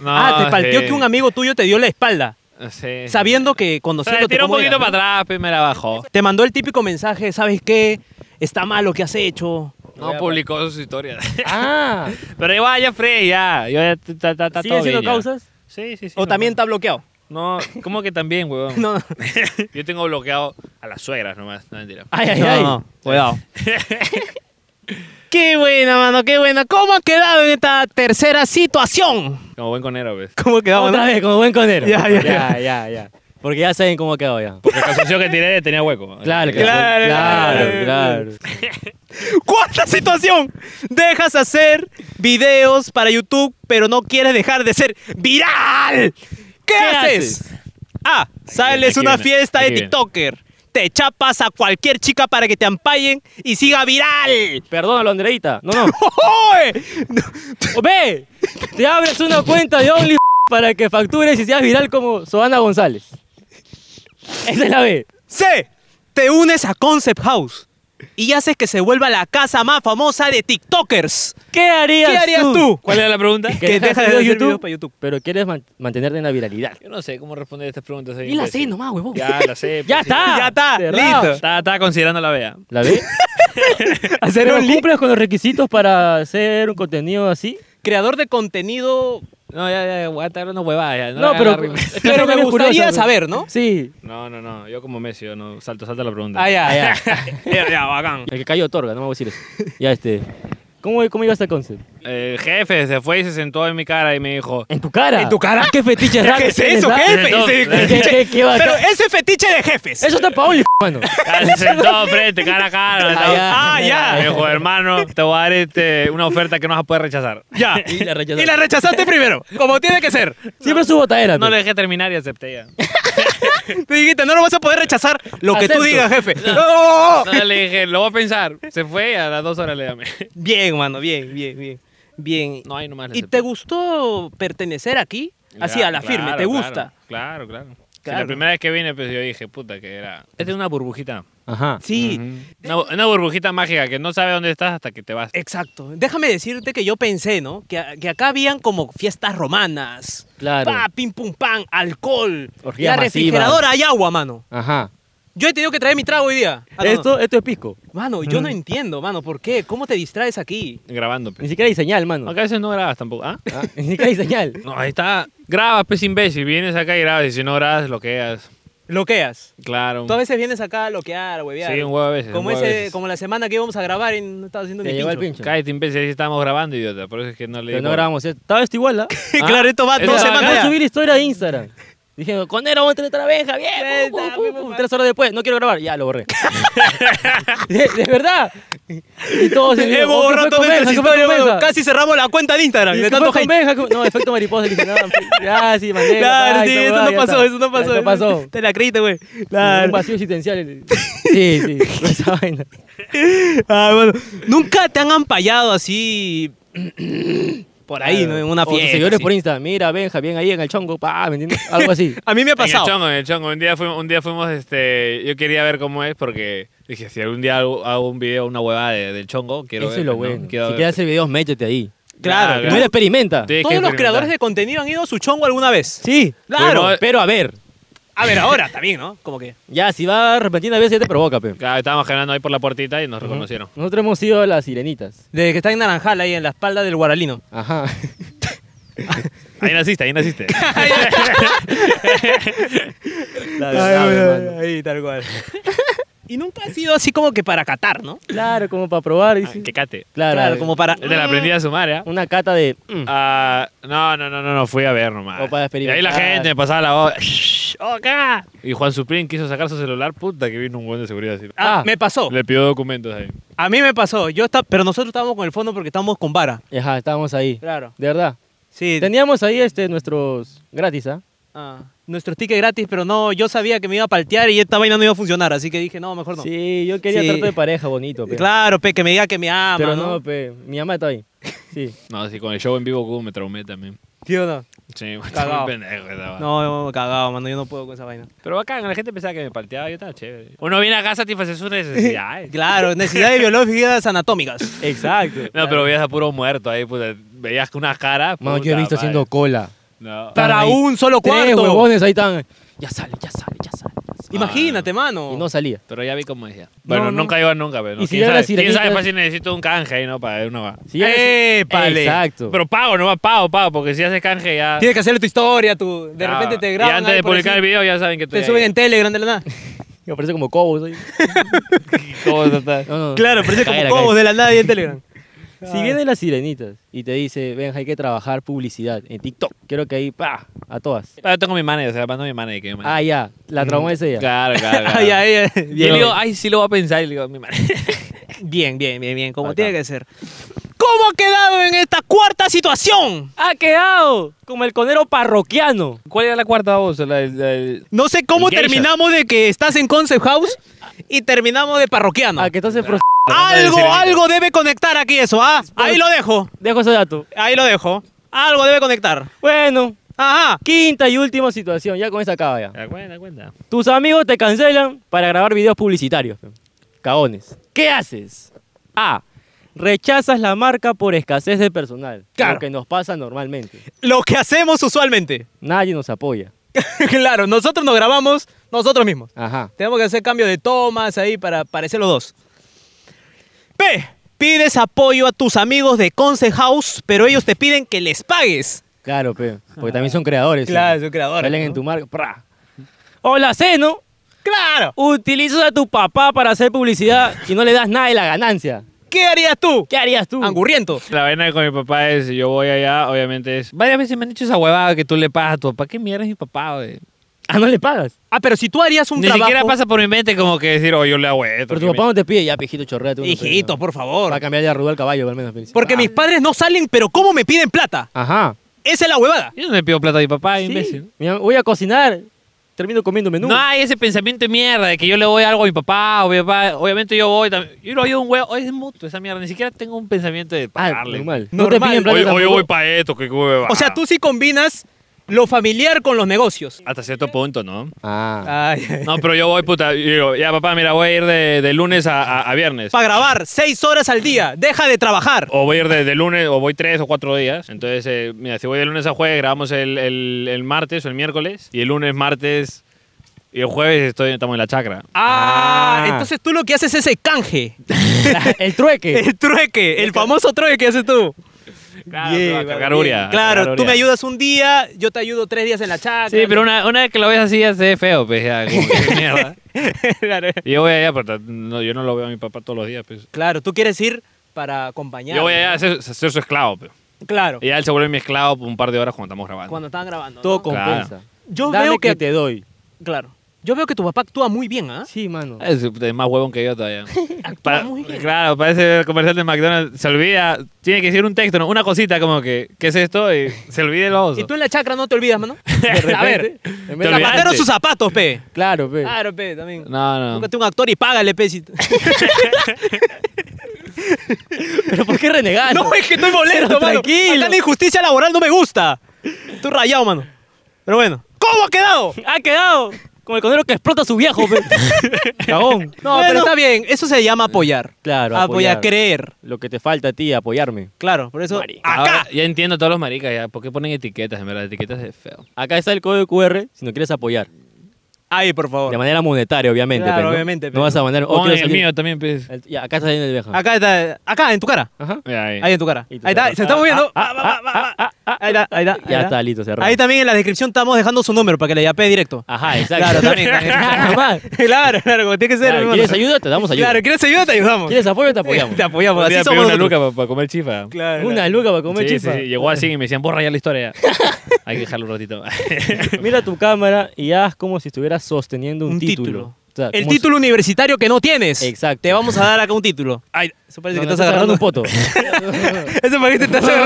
S2: No,
S3: ah, te partió
S2: sí.
S3: que un amigo tuyo te dio la espalda,
S1: Eh.
S2: Sí.
S3: sabiendo que conociéndote
S2: Se tiró un
S3: cómo
S2: poquito
S3: eras, ¿no?
S2: para atrás, pues, y me la bajó.
S3: Te mandó el típico mensaje, ¿sabes qué? Está mal lo que has hecho.
S2: No publicó sus historias.
S1: Ah,
S2: Pero igual ya Frey, ya. Yo ya t- ta- ta- ta-
S1: ¿sigue
S2: todo
S1: haciendo
S2: bien ya.
S1: causas?
S2: Sí, sí, sí.
S3: O
S2: me acuerdo.
S3: también está bloqueado.
S2: No, ¿cómo que también, huevón?
S3: No, no.
S2: Yo tengo bloqueado a las suegras nomás. No, mentira.
S1: Ay, ay,
S3: No,
S1: ay.
S3: no, cuidado. qué buena, mano, qué buena. ¿Cómo ha quedado en esta tercera situación?
S2: Como buen conero, pues. ¿ves?
S3: ¿Cómo ha quedado?
S1: Otra
S3: no?
S1: vez, como buen conero.
S3: Ya, ya,
S1: ya, ya, ya. Porque ya saben cómo ha quedado ya.
S2: Porque el calzoncillo que tiré tenía hueco.
S1: Claro, claro,
S3: Claro,
S1: claro,
S3: claro.
S1: claro.
S3: Cuarta situación. Dejas hacer videos para YouTube, pero no quieres dejar de ser viral. ¿Qué, haces? A. Sales
S2: viene, aquí
S3: una
S2: viene,
S3: fiesta
S2: aquí
S3: de
S2: viene.
S3: TikToker. Te chapas a cualquier chica para que te ampallen y siga viral.
S1: Perdónalo, Andreita. No, no.
S3: ¡Oye!
S1: O Ve, te abres una cuenta de OnlyFans para que factures y seas viral como Soana González. Esa es la B.
S3: C. Te unes a Concept House y haces que se vuelva la casa más famosa de TikTokers.
S1: ¿Qué harías,
S3: ¿Qué harías tú?
S2: ¿Cuál era la pregunta?
S1: Que,
S3: Que
S1: dejas
S3: dejas
S1: de
S3: de
S1: hacer
S3: hacer
S1: YouTube,
S3: videos para YouTube.
S1: pero quieres man- mantenerte en la viralidad.
S2: Yo no sé cómo responder estas preguntas. soy
S1: Y la
S2: imbécil.
S1: C nomás, huevón.
S2: Ya, la sé. pues,
S1: ¡Ya está!
S3: Ya está,
S1: Cerrado.
S3: listo.
S2: Estaba, estaba considerando la vea.
S1: ¿La B?
S3: Hacer
S1: ¿Pero
S3: un link.
S1: cumples con los requisitos para hacer un contenido así?
S3: Creador de contenido.
S2: No, ya, ya, voy a estar una huevada ya.
S1: No,
S2: la-
S1: pero,
S2: la-
S3: Pero me
S1: es
S3: gustaría
S1: curioso,
S3: saber, ¿no?
S1: Sí.
S2: No, no, no. Yo como Messi, yo no. Salto, salta la pregunta.
S3: Ah, ya,
S1: Ah,
S3: ya. ya, ya, bacán.
S1: El que cayó otorga, no me voy a decir eso. Ya, este. ¿Cómo, cómo ibas al concept?
S2: El jefe se fue y se sentó en mi cara y me dijo...
S1: ¿En tu cara?
S3: ¿En tu cara?
S1: ¿Qué fetiche raro
S3: ¿Qué es
S1: tienes,
S3: eso,
S1: ah?
S3: jefe?
S2: No,
S3: Ese-
S2: no,
S1: ¿Qué, qué, qué bacán.
S3: Pero ese fetiche de jefes.
S1: Eso está para OnlyFans, mano.
S2: Se sentó frente, cara a cara. estaba-
S3: Ah, ya.
S2: Me dijo, hermano, te voy a dar este, una oferta que no vas a poder rechazar.
S3: Ya.
S1: Y la rechazaste.
S3: Y la rechazaste primero, como tiene que ser.
S1: Siempre su botadera.
S2: No
S1: pe.
S2: le dejé terminar y acepté ya.
S3: Tú dijiste, no lo vas a poder rechazar lo que
S1: Acepto.
S3: tú digas, jefe. ¡Oh!
S2: No, le dije, lo voy a pensar. Se fue y a las dos horas le llamé.
S3: Bien, mano, bien, bien, bien. Bien.
S2: No, ahí nomás le
S3: ¿Y
S2: acepté.
S3: te gustó pertenecer aquí? Así, a la
S2: Claro,
S3: firme, ¿te gusta?
S2: Claro, claro. claro. Si
S3: Claro.
S2: la primera vez que vine, pues yo dije, puta, que era. Esta es una burbujita.
S1: Ajá.
S3: Sí,
S2: Una, bu- una burbujita mágica que no sabe dónde estás hasta que te vas.
S3: exacto. Déjame decirte que yo pensé, ¿no? Que, a- que acá habían como fiestas romanas.
S1: Claro.
S3: Pa, pim, pum, pam, alcohol.
S1: Orgías masivas.
S3: la refrigeradora hay agua, mano.
S1: Ajá.
S3: Yo he tenido que traer mi trago hoy día. Ah, no, no.
S1: Esto, esto es pisco.
S3: Mano, yo no entiendo, mano. ¿Por qué? ¿Cómo te distraes aquí?
S2: Grabando,
S1: Ni
S2: pues.
S1: siquiera hay señal, mano.
S2: Aunque a veces no grabas tampoco. ¿Ah?
S1: Ah, Ni siquiera hay señal.
S2: No, ahí está. Grabas, pues imbécil. Vienes acá y grabas. Y si no grabas, lo quedas.
S3: Loqueas.
S2: Claro.
S3: Tú a veces vienes acá a loquear, a huevear.
S2: Sí, un huevo a veces.
S3: Como,
S2: un huevo a
S3: ese,
S2: veces.
S3: como la semana que íbamos a grabar y no estaba haciendo
S1: Te
S3: ni
S1: llegó el
S3: pincho.
S1: pincho.
S2: Cállate, imbécil. Ahí estábamos grabando, idiota. Por eso es que no le
S1: Pero
S2: di
S1: no
S2: bola.
S1: grabamos. Estaba esto igual, ¿ah?
S2: Ah,
S3: claro, esto va
S2: eso
S3: dos
S2: va,
S3: semanas
S1: Acabo de
S3: ya.
S1: subir historia de Instagram. Dije, Conero, vamos a tener otra abeja, Uh, bien.
S3: Esta,
S1: pum, pum,
S3: mi
S1: pum,
S3: mamá.
S1: Tres horas después, no quiero grabar. Ya, lo borré. de, de verdad. Y todos en el video,
S3: Hemos
S1: "Oh, ¿qué fue
S3: borrado
S1: con
S3: todas
S1: Benja?
S3: nuestras
S1: ¿Qué fue con
S3: historias, mano.
S1: Benja?
S3: Casi cerramos la cuenta de Instagram.
S1: ¿Y
S3: De
S1: qué fue
S3: tanto
S1: con
S3: hate.
S1: Benja? ¿Qué- No, efecto mariposa. Dije, no, ya, sí, mandé.
S3: Claro,
S1: bye,
S3: sí,
S1: esta
S3: eso
S1: huevada,
S3: no
S1: ya
S3: pasó,
S1: está.
S3: eso no pasó.
S1: No pasó.
S3: Te la creíste, güey.
S1: Un
S3: Claro.
S1: vacío existencial. Sí, sí, esa vaina.
S3: Ah, bueno. Nunca te han ampallado así. por ahí, ¿no? En una
S1: O tus
S3: fiesta.
S1: seguidores
S3: sí.
S1: por Insta, mira, Benja, bien ahí en el chongo, pa, ¿me entiendes? Algo así.
S3: A mí me ha
S2: En el
S3: pasado.
S2: chongo, en el chongo. Un día fuimos, un día fuimos este, yo quería ver cómo es porque dije, si algún día hago, hago un video, una huevada de- del chongo, quiero
S1: Eso
S2: ver,
S1: es lo
S2: ¿no?
S1: bueno.
S2: Quiero
S1: si
S2: ver.
S1: quieres hacer videos, métete ahí.
S3: Claro,
S1: Primero
S2: Tú-
S1: experimenta.
S2: tienes que
S3: Todos los
S2: experimentar.
S3: creadores de contenido han ido a su chongo alguna vez.
S1: Sí,
S3: Claro.
S1: Pero, pero a ver,
S3: A ver, ahora también, ¿no? Como que.
S1: ya, si va repentina a veces ya te provoca, pe.
S2: Claro, estábamos generando ahí por la puertita y nos reconocieron.
S1: Nosotros hemos sido las sirenitas.
S3: Desde que está en Naranjal, ahí en la espalda del Guaralino.
S1: Ajá.
S2: Ahí naciste, ahí naciste.
S1: La verdad,
S3: Ay,
S1: mano.
S3: ahí, tal cual. y nunca ha sido así como que para catar, ¿no?
S1: Claro, como para probar. dice.
S2: que cate.
S1: Claro,
S3: Ah, Claro, como para.
S2: Te la aprendí a sumar, ¿ya?
S1: una cata de.
S2: Ah, no, no, no, no, no, fui a ver nomás.
S1: O para
S2: y ahí la
S1: experimentar.
S2: gente me pasaba la voz. "Shh, oh, acá". Y Juan Suprín quiso sacar su celular, puta, que vino un buen de seguridad así.
S3: Ah,
S1: Ah.
S3: me pasó.
S2: Le pidió documentos ahí.
S3: A mí me pasó. Yo estaba, pero nosotros estábamos con el fondo porque estábamos con vara.
S1: Ajá, estábamos ahí.
S3: Claro.
S1: De verdad.
S3: Sí.
S1: Teníamos ahí este, nuestros gratis, ¿ah?
S3: Ah, nuestro ticket gratis, pero no, yo sabía que me iba a paltear y esta vaina no iba a funcionar, así que dije, no, mejor no.
S1: Sí, yo quería
S3: Sí.
S1: trato de pareja bonito, pe.
S3: Claro, pe, que me diga que me ama,
S1: Pero
S3: ¿no?
S1: no, pe. Mi mamá está ahí. Sí.
S2: No, sí, con el show en vivo Cubo me traumé también.
S3: ¿Sí o no?
S2: Sí,
S3: Cagao.
S2: estaba muy pendejo estaba.
S3: No, cagado, mano, yo no puedo con esa vaina.
S2: Pero bacán, la gente pensaba que me palteaba, yo estaba chévere. Uno viene acá a satisfacer sus necesidades.
S3: Claro, necesidades biológicas anatómicas.
S1: Exacto.
S2: No, pero veías a puro muerto ahí, puta. Veías que una cara.
S1: Mano, yo he
S2: puta
S1: visto
S2: madre.
S1: haciendo cola.
S2: No.
S1: Ta-
S3: Para
S1: Ahí.
S3: un solo
S1: Tres
S3: cuarto.
S1: huevones ahí están.
S3: Ya sale, ya sale, ya sale. Imagínate, mano.
S1: Y no salía.
S2: Pero ya vi cómo decía.
S1: No,
S2: Bueno,
S1: no.
S2: nunca iba nunca, pero.
S1: Y
S2: ¿no?
S1: si
S2: ¿Quién,
S1: ya la
S2: sabe? ¿Quién sabe?
S1: sirenita-
S2: Fácil necesito un canje ahí, ¿no? Para uno va.
S1: Si ya la-
S2: ¡Épale!
S1: Exacto.
S2: Pero pago, no va pago, pago, porque si haces canje ya.
S3: Tienes que hacerle tu historia, tu... De
S2: ya-
S3: repente te
S2: Ah. Y
S3: graban.
S2: antes
S3: ahí
S2: de
S3: por
S2: publicar el
S3: así,
S2: video ya saben que estoy
S3: Te suben en
S2: ahí.
S3: Telegram de la nada.
S1: Me parece como cobos ahí.
S2: ¿Cómo estás?
S1: No, no.
S3: Claro, parece
S1: Cállala,
S3: como cobos
S1: cállala.
S3: de la nada y en Telegram.
S1: Si viene las sirenitas y te dice, Benja, hay que trabajar publicidad en TikTok. Quiero que ahí, pa, a todas.
S2: Ah, Yo tengo mi manager, o sea, mando mi manager que yo manejo.
S1: Ah, ya, la traumó ese día.
S2: Claro, claro. claro.
S3: Ay, ay, ay.
S2: Y yo
S3: Bien,
S2: le digo, ay, sí lo voy a pensar. Y le digo, mi manager.
S3: bien, bien, bien, bien, como
S2: Acá.
S3: tiene que ser. ¿Cómo ha quedado en esta cuarta situación?
S1: ¡Ha quedado! Como el conero parroquiano.
S2: ¿Cuál era la cuarta voz? La, del- la del-
S3: No sé cómo
S2: Geisha.
S3: terminamos de que estás en Concept House y terminamos de parroquiano.
S1: A
S2: Ah,
S1: Ah, que entonces pro-
S3: Algo,
S2: Sirenita.
S3: algo debe conectar aquí eso, ¿ah? Ahí lo dejo,
S1: dejo ese dato.
S3: ahí lo dejo. Algo debe conectar.
S1: Bueno,
S3: Ajá.
S1: quinta y última situación. Ya con esta acaba ya.
S2: La cuenta, la cuenta.
S1: Tus amigos te cancelan para grabar videos publicitarios. pe. Cagones. ¿Qué haces? A. Rechazas la marca por escasez de personal.
S3: Claro.
S1: Lo que nos pasa normalmente.
S3: Lo que hacemos usualmente.
S1: Nadie nos apoya.
S3: claro, nosotros nos grabamos nosotros mismos.
S1: Ajá.
S3: Tenemos que hacer cambio de tomas ahí para parecer los dos. P. Pides apoyo a tus amigos de Concept House, pero ellos te piden que les pagues.
S1: Claro, pe. Porque también son creadores. ¿sí?
S3: Claro, son creadores,
S1: Salen en
S3: ¿no?
S1: tu marca. ¡pra! O la C, ¿no?
S3: ¡Claro!
S1: Utilizas a tu papá para hacer publicidad y no le das nada de la ganancia.
S3: ¿Qué harías tú?
S1: ¿Qué harías tú?
S3: Angurriento.
S2: La vaina con mi papá es, si yo voy allá, obviamente es... Varias veces me han dicho esa huevada que tú le pagas a tu papá. ¿Qué mierda es mi papá, güey?
S1: Ah, no le pagas.
S3: Ah, pero si tú harías un
S2: Ni
S3: trabajo...
S2: siquiera pasa por mi mente como que decir, oh, yo le hago esto.
S1: Pero tu
S2: que
S1: papá no te pide ya, pijito, chorreate. uno,
S3: Hijito,
S1: pe, ¿no?
S3: por favor.
S1: Para cambiar de arruga al caballo, al menos. pe.
S3: Porque
S1: Ah.
S3: mis padres no salen, pero ¿cómo me piden plata?
S1: Ajá.
S3: Esa es la huevada.
S2: me- Yo no le pido plata a mi papá, imbécil.
S1: Mira, voy a cocinar, termino comiendo menú.
S2: No hay ese pensamiento de mierda de que yo le doy algo a mi papá, o mi papá. Obviamente yo voy también. Yo lo ayudo a un huevo. Es mutuo esa mierda. Ni siquiera tengo un pensamiento de
S1: Ah,
S2: pagarle.
S1: normal.
S3: Normal.
S1: piden plata
S2: O, o yo
S1: tampoco.
S2: voy para esto, que hueva.
S3: O sea, tú sí combinas lo familiar con los negocios.
S2: Hasta cierto punto, ¿no?
S1: Ah.
S3: Ay, ay.
S2: No, pero yo voy, puta. yo digo, ya, papá, mira, voy a ir de, de lunes a, a- a viernes.
S3: Para grabar seis horas al día. Deja de trabajar.
S2: O voy a ir de, de lunes, o voy tres o cuatro días. Entonces, eh, mira, si voy de lunes a jueves, grabamos el, el- el martes o el miércoles. Y el lunes, martes y el jueves estoy, estamos en la chacra.
S3: Ah,
S1: Ah.
S3: entonces tú lo que haces es ese canje.
S1: el
S2: Eh.
S1: trueque.
S3: El trueque, el famoso trueque que haces tú.
S2: Claro,
S3: Bien,
S2: pero a cargar
S3: bien.
S2: uria, a
S3: Claro,
S2: cargar
S3: tú me
S2: uria.
S3: ayudas un día, yo te ayudo tres días en la chacra.
S2: Sí, pero una, una vez que lo ves así ya se ve feo, pues ya, como que mierda.
S3: claro.
S2: Y yo voy allá, pero ta- no, yo no lo veo a mi papá todos los días, pues.
S3: Claro, tú quieres ir para acompañar.
S2: Yo voy allá
S3: ¿no?
S2: a ser, a ser su esclavo, pues.
S3: Claro,
S2: Y ya él se vuelve mi esclavo por un par de horas cuando estamos grabando.
S3: cuando estaban grabando. ¿no?
S1: Todo
S2: Claro.
S1: compensa.
S3: Yo
S1: Dame
S3: veo que-
S1: te doy.
S3: Claro. Yo veo que tu papá actúa muy bien, ¿ah?
S1: Sí, mano.
S2: Es es más huevón que yo todavía.
S3: Actúa
S2: Pa-
S3: muy bien.
S2: claro, parece el comercial de McDonald's. Se olvida, tiene que decir un texto, ¿no? una cosita como que, ¿qué es esto? Y se olvida el oso.
S3: Y tú en la chacra no te olvidas, mano.
S1: repente,
S3: a ver,
S1: en vez de
S2: te olvidaste.
S3: Zapatearon sus zapatos, pe.
S1: Claro, pues. pe.
S3: Claro, pe, también.
S2: No, no.
S3: Búscate un actor y págale, pe. si-
S1: Pero ¿por qué renegar?
S3: no, es que estoy molesto,
S1: Pero
S3: mano.
S1: tranquilo.
S3: Acá la injusticia laboral no me gusta. Estoy rayado, mano. Pero bueno. ¿Cómo ha quedado?
S1: Ha quedado como el conero que explota a su viejo, pe. Cagón.
S3: No, pero está bien. Eso se llama apoyar.
S1: Claro,
S3: apoyar.
S1: apoyar.
S3: creer.
S1: Lo que te falta a ti, apoyarme.
S3: Claro, por eso.
S2: Ahora
S3: Acá.
S2: ya entiendo a todos los maricas, ya. ¿Por qué ponen etiquetas? En verdad, etiquetas es feo.
S1: Acá está el código QR si no quieres apoyar.
S3: Ahí, por favor.
S1: De manera monetaria, obviamente.
S3: Claro,
S1: pe, ¿no?
S3: obviamente, pe.
S1: No vas a mandar. oh,
S2: Pongan
S1: quiero
S2: el
S1: salir-
S2: mío también, pues.
S1: el- ya, acá está saliendo el viejo.
S3: Acá está. Acá, en tu cara.
S1: Ajá.
S2: Ya, ahí.
S3: Ahí en tu cara.
S1: Y Ah, tu
S3: Ahí está.
S1: cara.
S3: Se está moviendo. Va, va, va, va, va. Ahí está, ahí está.
S1: ah, Ya
S3: ahí
S1: está, listo, cerrado. Ah,
S3: Ahí también en la descripción estamos dejando su número para que le llame directo.
S1: Ajá, exacto.
S3: Claro, también, también.
S1: Nada más.
S3: Claro, claro, como tiene que ser.
S1: Claro,
S3: hermano.
S1: ¿Quieres ayuda? Te damos ayuda.
S3: Claro, ¿quieres ayuda? Te ayudamos.
S1: ¿Quieres apoyo? Te apoyamos.
S3: Te apoyamos.
S2: Un día
S3: Así
S2: pedí
S3: somos
S2: una
S3: nosotros.
S2: luca para comer chifa.
S3: Claro.
S1: Una luca para comer
S2: Sí, sí,
S1: chifa.
S2: sí, Llegó así y me decían, borra ya la historia. Hay que dejarlo un ratito.
S1: Mira tu cámara y haz como si estuvieras sosteniendo un,
S3: Un título.
S1: O sea,
S3: El
S1: como si-
S3: título universitario que no tienes.
S1: Exacto.
S3: Te vamos a dar acá un título. Ay,
S1: No,
S3: eso parece
S1: no,
S3: que estás agarrando
S1: un poto.
S3: Eso parece que te estás
S1: No, no, no,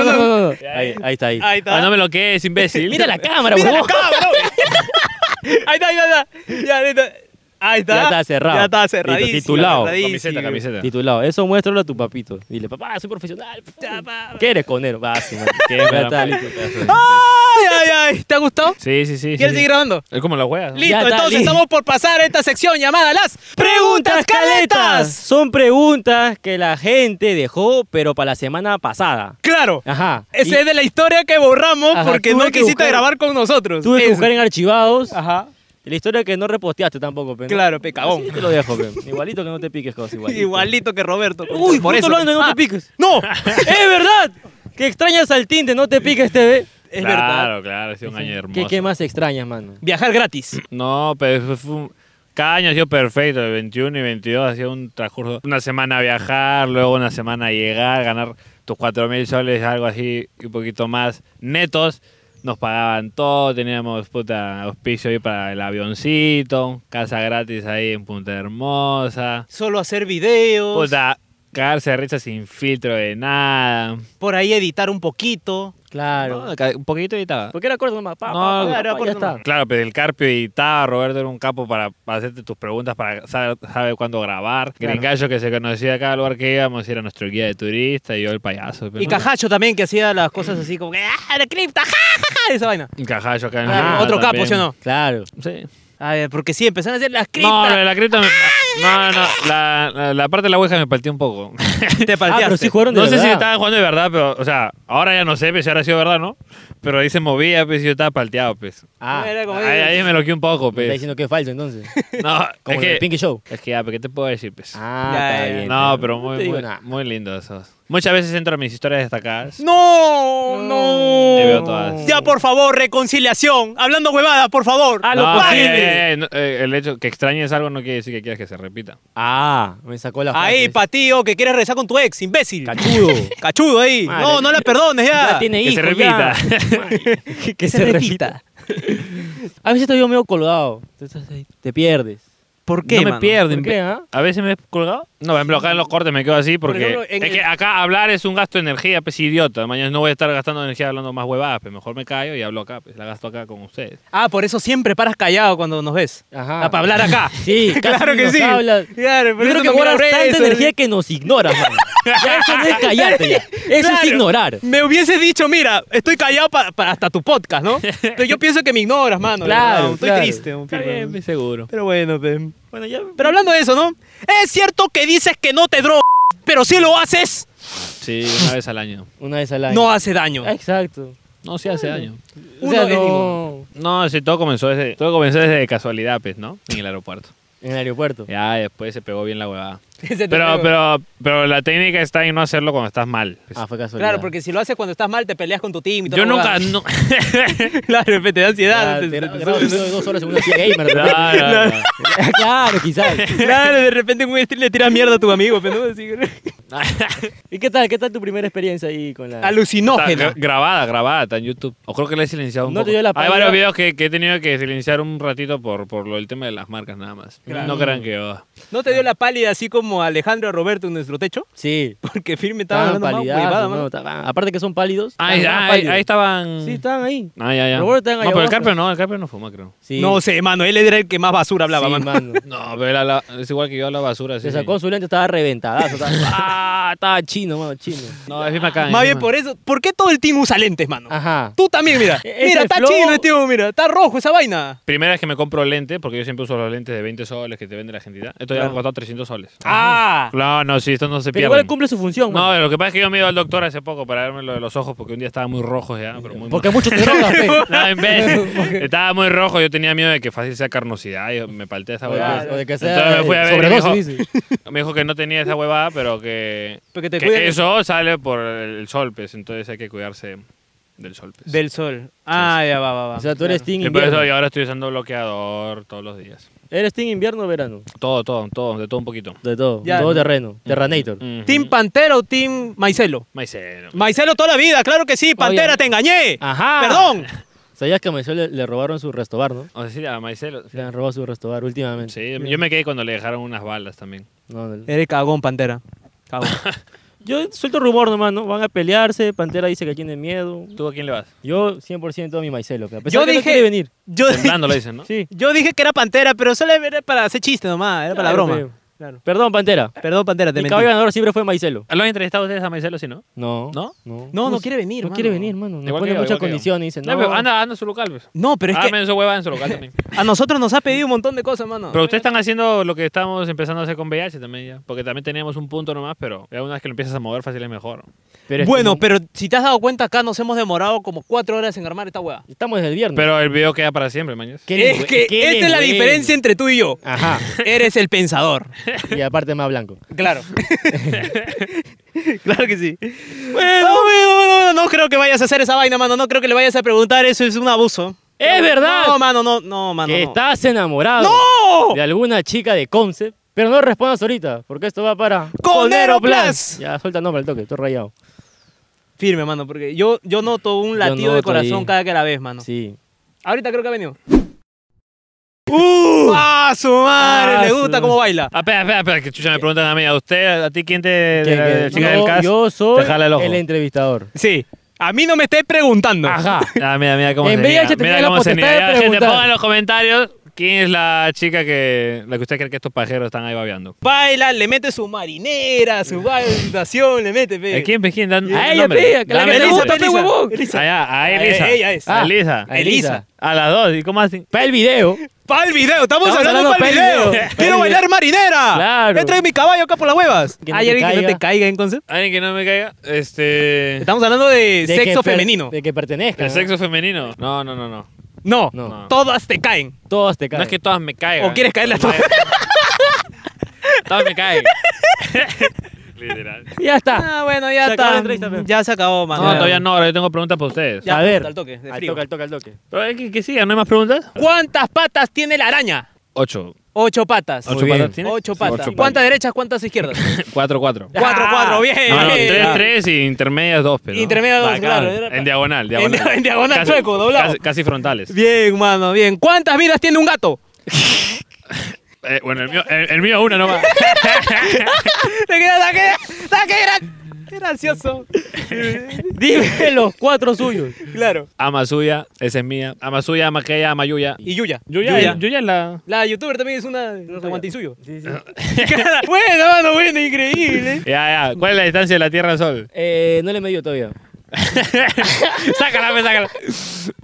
S1: no,
S3: agarrando.
S1: no. Ahí, ahí está, ahí.
S3: Ahí
S2: Ah,
S3: está.
S2: no me lo quedes, imbécil.
S1: Mira la cámara,
S3: Mira la
S1: huevón.
S3: cámara, bro. Ahí está, ahí está, ahí está. Ya, ahí está. Ahí está.
S1: Ya está cerrado.
S3: Ya está
S1: Listo,
S3: cerradísimo.
S1: titulado.
S3: cerradísimo.
S2: Camiseta, camiseta.
S1: Titulado. Eso muéstralo a tu papito. Dile, papá, soy profesional. puta, pa". ¿Qué eres conero? Va, sí, man.
S2: Qué
S1: Ya
S2: gran
S1: está,
S2: película.
S1: listo.
S3: Ay, ay, ay. ¿Te ha gustado?
S2: Sí, sí, sí. sí,
S3: ¿Quieres
S2: sí.
S3: seguir grabando?
S2: Es como las huevas. ¿no?
S3: Listo,
S1: está,
S3: entonces
S1: listo.
S3: estamos por pasar a esta sección llamada las preguntas caletas.
S1: Son preguntas que la gente dejó, pero para la semana pasada.
S3: Claro.
S1: Ajá.
S3: Esa
S1: Y
S3: es de la historia que borramos
S1: Ajá,
S3: porque
S1: tuve
S3: no
S1: que
S3: quisiste
S1: buscar-
S3: grabar con nosotros.
S1: Tuve que
S3: Eso.
S1: buscar en archivados.
S3: Ajá.
S1: La historia que no reposteaste tampoco, pero.
S3: Claro, pecabón.
S1: te lo dejo, pe. Igualito que no te piques, cosas. Igualito.
S3: Igualito que Roberto.
S1: Uy, por eso. no
S3: Ah,
S1: te piques.
S3: No,
S1: ¡Es verdad! Que extrañas al tinte, no te piques, TV.
S3: es
S2: claro,
S3: verdad.
S2: Claro, claro, ha sido un año hermoso.
S1: ¿Qué, ¿Qué más extrañas, mano?
S3: Viajar gratis.
S2: No, pero eso fue un... Cada año ha sido perfecto, el 21 y 22 ha sido un transcurso. Una semana viajar, luego una semana llegar, ganar tus 4 mil soles, algo así, y un poquito más netos. Nos pagaban todo, teníamos puta auspicio ahí para el avioncito, casa gratis ahí en Punta Hermosa.
S3: Solo hacer videos.
S1: Pues
S2: Puta, cagarse de risa sin filtro de nada.
S3: por ahí editar un poquito. Ah,
S1: Claro.
S2: No, ca- un poquito editaba.
S1: Porque era corto nomás. Pa,
S2: No,
S1: Ah, pa, pa, pa,
S3: claro,
S1: ya
S3: corto
S1: está.
S3: nomás.
S2: Claro, pero el Carpio editaba, Roberto era un capo para para hacerte tus preguntas, para saber, sabe cuándo grabar.
S1: Claro.
S2: Gringallo que se conocía a cada lugar que íbamos, era nuestro guía de turista y yo el payaso. pero
S3: Y
S2: no.
S3: Cajacho también, que hacía las cosas así como que, ¡ah, la cripta! ¡Ja, ja, ja", Esa vaina.
S2: Y Cajallo acá en
S1: Ah,
S2: la
S3: otro capo,
S2: también.
S3: ¿sí o no?
S1: Claro.
S2: Sí.
S3: A ver, porque sí, empezaron a hacer las
S2: No, lo
S3: criptas.
S2: de la cripta. me- No, no, la, la- la parte de la Ouija me partió un poco.
S3: te
S1: Ah,
S3: palteaste.
S1: pero sí jugaron de
S2: No sé si
S1: verdad.
S2: estaban jugando de verdad, pero, o sea, ahora ya no sé pues, si ahora ha sido verdad, ¿no? Pero ahí se movía, pues, y yo estaba palteado, pues.
S1: Ah,
S3: Era como-
S2: Ahí, ahí me loqué un poco,
S1: me está
S2: pues.
S1: diciendo que es falso entonces.
S2: No,
S1: Como
S2: es
S1: en el
S2: que,
S1: Pinky Show.
S2: es que ya, pero ¿qué te puedo decir, pues?
S1: Ah,
S3: Ya,
S1: está
S3: ya, ya.
S1: bien.
S2: No, pero
S1: te
S2: muy,
S1: digo
S2: muy,
S1: nada.
S2: muy lindo eso. Muchas veces entro a mis historias destacadas.
S3: No, no.
S2: Te veo todas.
S3: Ya, por favor, reconciliación. Hablando huevada, por favor.
S1: Ah, lo
S2: No,
S1: posible.
S2: sí, eh, eh, no, eh, el hecho que extrañes algo no quiere decir que quieras que se repita.
S1: Ah, me sacó la frase.
S3: Ahí, patío, que quieres rezar con tu ex, imbécil.
S1: Cachudo.
S3: Cachudo ahí.
S1: Madre.
S3: No, no la perdones ya.
S1: Ya tiene
S2: Que se
S1: hijo,
S2: repita.
S1: ya. que, se repita. A veces te veo medio colgado. Entonces, ahí Te pierdes.
S3: ¿Por
S2: no me
S3: mano?
S2: pierdo.
S1: ¿Por
S2: imp-
S1: qué, ah?
S2: A veces me he colgado. No, por ejemplo, acá en los cortes me quedo así porque
S3: ejemplo, en
S2: es
S3: el-
S2: que acá hablar es un gasto de energía, pues idiota. Mañana no voy a estar gastando energía hablando más huevadas, pues mejor me callo y hablo acá, pues la gasto acá con ustedes.
S3: Ah, por eso siempre paras callado cuando nos ves.
S1: Ajá.
S3: Ah, para hablar acá.
S1: Sí, casi
S3: claro
S1: ni
S3: que
S1: nos
S3: sí.
S1: hablas.
S3: Claro,
S1: Yo creo que guardas tanta energía que nos ignoras, mano. Ya eso no es callarte, ya. Eso es ignorar.
S3: Me hubieses dicho, mira, estoy callado pa- pa- hasta tu podcast, ¿no? Pero yo pienso que me ignoras, mano. de
S1: Claro,
S3: verdad. Estoy
S1: claro.
S3: triste. un
S2: Está
S3: poco.
S2: bien, pues, seguro.
S3: Pero bueno, pe.
S1: Bueno, ya.
S3: Pero hablando de eso, ¿no? Es cierto que dices que no te drogas, pero si lo haces,
S2: Sí, una vez al año.
S1: Una vez al año.
S3: no hace daño.
S1: Ah, Exacto.
S2: No, sí hace año.
S1: O
S3: Uno
S1: sea,
S3: es
S1: no.
S2: No, sí, todo comenzó desde, todo comenzó desde casualidad, pues, ¿no? En el aeropuerto.
S1: En el aeropuerto.
S2: Ya después se pegó bien la huevada.
S3: Se te
S2: Pero,
S3: pega.
S2: pero, pero la técnica está en no hacerlo cuando estás mal. Pues,
S1: Ah, fue casualidad.
S3: Claro, porque si lo haces cuando estás mal, te peleas con tu team y todo.
S2: yo nunca. no-
S3: Claro, pe, te da
S1: Ya,
S3: ansiedad. te-
S1: te
S3: te-
S1: gra- grabas un video de dos horas en una silla gamer. ¿verdad?
S2: Claro, claro.
S1: Claro, quizás.
S3: Claro, de repente en un stream le tiras mierda a tu amigo, pero no Así-
S1: ¿Y qué tal? ¿Qué tal tu primera experiencia ahí con la...
S2: Está
S3: Alucinógeno.
S2: gra- grabada, grabada, está en YouTube. O creo que la he silenciado un
S1: No te
S2: poco.
S1: dio la
S2: Hay
S1: palabra.
S2: varios videos que, que he tenido que silenciar un ratito por, por lo, el tema de las marcas nada más. No crean que... oh.
S3: ¿No te dio la pálida así como Alejandro Roberto en nuestro techo?
S1: Sí.
S3: Porque firme estaba
S1: Estaban
S3: hablando más
S1: palidados,
S3: huevada,
S1: mano,
S3: mano.
S1: estaban- Aparte que son pálidos.
S2: Ah, ya,
S1: estaban más
S2: ahí,
S1: pálidos.
S2: ahí estaban...
S1: Sí, estaban ahí.
S2: Ah, ya, ya.
S1: Roberto,
S2: no,
S1: estaban ahí
S2: pero el
S1: abajo.
S2: Carpio no, el Carpio no fuma, creo.
S1: Sí.
S3: No sé, mano, él era el que más basura hablaba,
S1: Sí,
S3: mano.
S1: mano.
S2: No, pero él habla- es igual que yo a la basura.
S1: Se
S2: Sí,
S1: sacó su lente, estaba reventadazo. Estaba, ah, estaba chino, mano, chino.
S2: No, es misma acá.
S3: Más bien por eso, ¿por qué todo el team usa lentes, mano?
S1: Ajá.
S3: Tú también, mira.
S1: E- Ah. ese
S3: Mira, está
S1: flow-
S3: chino este huevo, mira, está rojo esa vaina.
S2: Primera es que me compro lentes, porque yo siempre uso los lentes de 20 soles que te vende la gente. Esto ya me ha costado 300 soles.
S3: Ah,
S2: No, no, sí, esto no
S1: Pero
S2: se pierde.
S1: igual cumple su función, mano.
S2: No, lo que pasa es que yo me iba al doctor hace poco para verme lo de los ojos porque un día estaba muy rojo ya, pero muy
S1: Porque mucho te drogas, pe.
S2: No, en vez. Estaba muy rojo, yo tenía miedo de que fácil sea carnosidad y me palté esa
S1: O
S2: huevada.
S1: de- o de que sea,
S2: Entonces me fui a ver y me
S1: sobredosis,
S2: dijo, me dijo que no tenía esa huevada, pero que,
S3: Porque te
S2: que
S3: cuiden.
S2: eso sale por el sol, pues, entonces hay que cuidarse del sol. pues.
S3: del sol. Ah, ya va, va, va.
S1: O sea, tú eres team
S2: y por eso
S1: invierno.
S2: yo ahora estoy usando bloqueador todos los días.
S1: Eres team invierno o verano.
S2: Todo, todo, todo, de todo un poquito.
S1: De todo.
S3: Ya.
S1: Todo terreno. Terranator.
S2: Ujú.
S3: ¿Team Pantera o Team Maicelo?
S2: Maicero.
S1: Mm.
S3: Maicelo toda la vida, claro que sí. Pantera,
S1: Oye.
S3: te engañé.
S1: Ajá.
S3: Perdón.
S1: ¿Sabías que a Maisel le, le robaron su restobar, no?
S2: O sea, sí, a Maicelo.
S1: Le han robado su restobar últimamente.
S2: Sí, yo me quedé cuando le dejaron unas balas también.
S1: No, no.
S3: Eres cagón, Pantera. Cagón.
S1: Eh, Yo suelto rumor nomás, ¿no? Van a pelearse, Pantera dice que tiene miedo.
S2: ¿Tú a quién le vas?
S1: Yo 100% a mi Maicelo, que a pesar
S3: Yo
S1: que no
S3: dije,
S1: quiere venir.
S3: yo,
S2: Temblando le dicen, ¿no?
S1: Sí.
S3: yo dije que era Pantera, pero solo era para hacer chiste nomás, era para
S1: Claro,
S3: la
S1: pe.
S3: broma. Claro.
S1: Perdón, Pantera.
S3: Perdón, Pantera, te
S1: Mi
S3: mentí.
S1: caballo ganador siempre fue Maicelo.
S2: ¿Lo han entrevistado ustedes a Maicelo, sí, no?
S1: No.
S2: ¿No?
S1: No,
S3: No, no quiere venir,
S1: No quiere
S3: mano.
S1: venir, mano. No
S2: Igual
S1: pone
S2: que yo,
S1: muchas
S2: igual que yo.
S1: condiciones. Dice,
S2: No,
S1: no,
S2: pero anda, anda a su local. Pues.
S3: No,
S1: Ah,
S3: pero es
S2: Háganme
S3: que
S2: su hueva en su local también.
S3: a nosotros nos ha pedido un montón de cosas, mano.
S2: Pero ustedes están haciendo lo que estamos empezando a hacer con VIH también ya. Porque también teníamos un punto nomás, pero ya una vez que lo empiezas a mover fácil es mejor.
S1: pero es que
S3: bueno,
S1: no-
S3: pero si te has dado cuenta, acá nos hemos demorado como cuatro horas en armar esta hueá.
S1: Estamos desde el viernes.
S2: Pero el video queda para siempre, mañana.
S1: Mm. Qué
S3: es
S1: le-
S3: que
S1: qué Ah. le
S3: esta es la
S1: duele.
S3: diferencia entre tú y yo.
S1: Ajá.
S3: Eres el pensador.
S1: Y aparte más blanco.
S3: Claro. claro que sí. Bueno, bueno, bueno, bueno, no creo que vayas a hacer esa vaina, mano. No creo que le vayas a preguntar. Eso es un abuso.
S1: ¡Es verdad!
S3: No, mano, no, no, mano.
S1: que
S3: no.
S1: estás enamorado
S3: ¡No!
S1: de alguna chica de concept. Pero no respondas ahorita, porque esto va para...
S3: ¡Conero Plus!
S1: Ya, suelta el nombre al toque, estoy rayado.
S3: Firme, mano, porque yo, yo noto un latido de
S1: noto ahí.
S3: corazón cada que la ves, mano.
S1: Sí.
S3: Ahorita creo que ha venido. ¡Uh! ¡Ah, su madre!
S1: Ah,
S3: Le
S1: su
S3: gusta
S1: madre.
S3: cómo baila.
S2: Ah, espera, espera, espera, que chucha me preguntan a mí. ¿A usted, a ti quién te. de la- de la chica
S1: yo,
S2: del cast?
S1: yo soy
S2: te jala el
S1: el,
S2: ojo.
S1: entrevistador.
S3: Sí. A mí no me estés preguntando.
S1: Ajá.
S2: Ah, mira, mira cómo
S1: En
S2: se
S1: VIH
S2: niega,
S1: tenía
S2: Mira
S1: la
S2: cómo se
S1: potestad de
S2: niega. Gente,
S1: preguntar.
S2: pongan en los comentarios quién es la chica que. La que usted cree que estos pajeros están ahí babeando.
S3: Baila, le mete su marinera, su situación, le mete, pe.
S2: ¿A quién? ¿A quién? Dan,
S1: A
S2: el
S1: ella,
S2: nombre.
S1: pilla, que la
S2: Dame
S1: que
S2: el
S1: te
S3: Elisa,
S1: gusta,
S2: nombre.
S1: pe
S3: Elisa.
S1: huevón.
S3: Elisa.
S2: Allá, a
S3: A-
S2: Elisa.
S3: ella es.
S2: A
S1: Ah.
S2: Elisa.
S1: A Elisa.
S2: A las dos. ¿Y cómo así?
S1: Para el video.
S3: ¡Para el video! ¡Estamos,
S1: Estamos
S3: hablando,
S1: hablando
S3: para el
S1: pa'l
S3: video!
S1: video.
S3: ¡Quiero
S1: Pa'l
S3: bailar marinera!
S1: Claro.
S3: He traído mi caballo acá por las huevas!
S1: Que no
S3: ¿Hay
S1: te
S3: alguien que no
S1: caiga.
S3: te caiga, entonces?
S2: Alguien que no me caiga. Este.
S3: Estamos hablando
S1: de
S3: de,
S1: que
S3: sexo
S1: per-
S3: femenino.
S1: De que pertenezca.
S2: ¿El
S1: ¿no?
S2: sexo femenino? No, no, no, no.
S3: No,
S1: No.
S2: No.
S3: todas te caen.
S1: Todos te caen.
S2: No es que todas me caigan.
S3: ¿O quieres caerle a todas?
S2: todas me caen. Literal.
S1: Ya está.
S3: Ah, bueno, ya
S1: Se acabó la
S3: está.
S1: entrevista, pe.
S3: Ya se acabó, mano.
S2: No, todavía no, ahora yo tengo preguntas para ustedes.
S3: Ya,
S1: a ver.
S3: al toque, de
S1: al
S3: frío.
S1: toque, al toque, al toque.
S2: Pero es que, que sigan, ¿no hay más preguntas?
S3: ¿Cuántas patas tiene la araña?
S2: Ocho.
S3: Ocho patas.
S1: Muy
S2: ¿Ocho
S1: bien.
S2: patas tiene?
S3: Ocho patas.
S2: Ocho
S3: ¿Cuántas derechas, cuántas izquierdas?
S2: Cuatro, cuatro.
S1: Ya.
S3: cuatro, cuatro, bien.
S2: No, no,
S3: bien.
S2: tres, tres y intermedias dos, pero.
S3: Intermedias dos,
S2: Bacán.
S3: claro, era-
S2: En diagonal,
S3: En,
S2: diagonal.
S3: en diagonal,
S2: Casi-
S3: chueco, doblado.
S2: Casi, casi frontales.
S3: Bien, mano, bien. ¿Cuántas vidas tiene un gato?
S2: Eh, bueno, el mío, el, el mío una nomás.
S3: Te queda, te queda, te queda. Qué gracioso.
S1: Dime los cuatro suyos.
S3: Claro.
S2: ama suya, esa es mía. Ama suya, ama aquella, ama Yuya.
S3: Y Yuya.
S2: Yuya, Yuya es la.
S3: La youtuber también es una guantinsuyo. bueno, mano, bueno, increíble.
S2: Ya, ya. ¿Cuál es la distancia de la Tierra al Sol?
S1: Eh, no le he medido todavía.
S2: sácala, pues, sácala.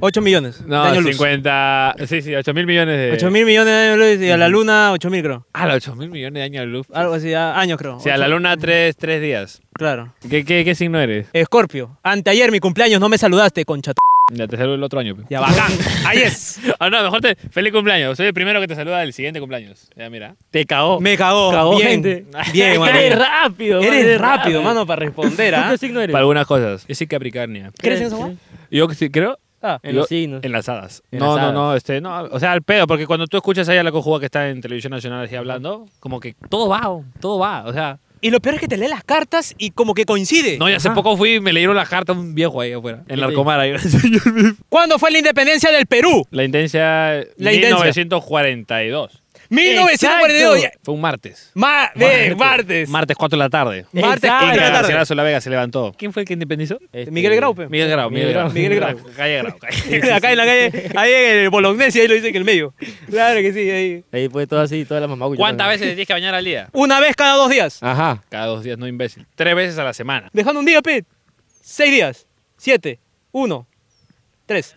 S3: 8 millones.
S2: No, 50. Sí, sí, 8 mil millones de.
S3: 8 mil millones de años luz y a la luna 8 mil, creo.
S2: Ah, los 8 mil millones de años de luz.
S3: Algo así, a- años, creo.
S2: O sea, la
S3: Ocho-
S2: luna, 3 tres días.
S3: Claro.
S2: ¿Qué, qué, ¿Qué signo eres?
S3: Escorpio, anteayer mi cumpleaños no me saludaste, concha. t-
S2: Ya te saludo el otro año. pe.
S3: Ya bacán. Ahí es.
S2: Ah, no, mejor te. Feliz cumpleaños. Soy el primero que te saluda el siguiente cumpleaños. Ya, mira.
S1: Te cagó.
S3: Me cagó.
S1: Cagó,
S3: bien,
S1: gente.
S3: bien, mano.
S1: Eres rápido. man,
S3: Eres rápido, mano, para responder,
S1: ¿Tú
S3: ¿ah?
S1: qué signo eres?
S2: Para algunas cosas. Yo soy Capricornia.
S3: ¿Crees en eso, man?
S2: Yo sí creo.
S3: Ah.
S1: En
S2: yo-
S1: los signos.
S2: En las hadas.
S1: En
S2: no,
S1: las hadas.
S2: no, no, este, no. O sea, al pedo, porque cuando tú escuchas ahí a la conjuga que está en televisión nacional así hablando, como que todo va, oh, todo va. O sea,
S3: Y lo peor es que te lee las cartas y como que coincide.
S2: no, y hace
S1: Ajá.
S2: poco fui y me leyeron la carta a un viejo ahí afuera. En la
S1: Sí.
S2: arcomara. ahí.
S3: ¿Cuándo fue la independencia del Perú?
S2: La intendencia.
S3: La intendencia.
S2: 1942.
S3: 1942.
S1: Exacto.
S2: Fue un martes.
S3: Ma de martes.
S2: Martes 4 de la tarde.
S3: Martes,
S1: Exacto.
S3: cuatro de la tarde.
S2: Garcilaso de la Vega se levantó. ¿Quién fue el que independizó?
S1: Este,
S3: Miguel Graupe.
S2: Miguel Grau. Miguel
S1: Miguel
S2: Grau.
S1: Grau.
S3: Miguel Grau.
S2: Calle Grau. calle Grau.
S3: Acá en la calle, ahí en el Bolognesi, ahí lo dice que el medio. Claro que sí, ahí.
S1: Ahí fue todo así, toda la mamá.
S2: ¿Cuántas veces te tienes que bañar al día?
S3: Una vez cada dos días.
S1: Ajá.
S2: Cada dos días, no imbécil. Tres veces a la semana.
S3: Dejando un día, Pete. Seis días. Siete. Uno. Tres.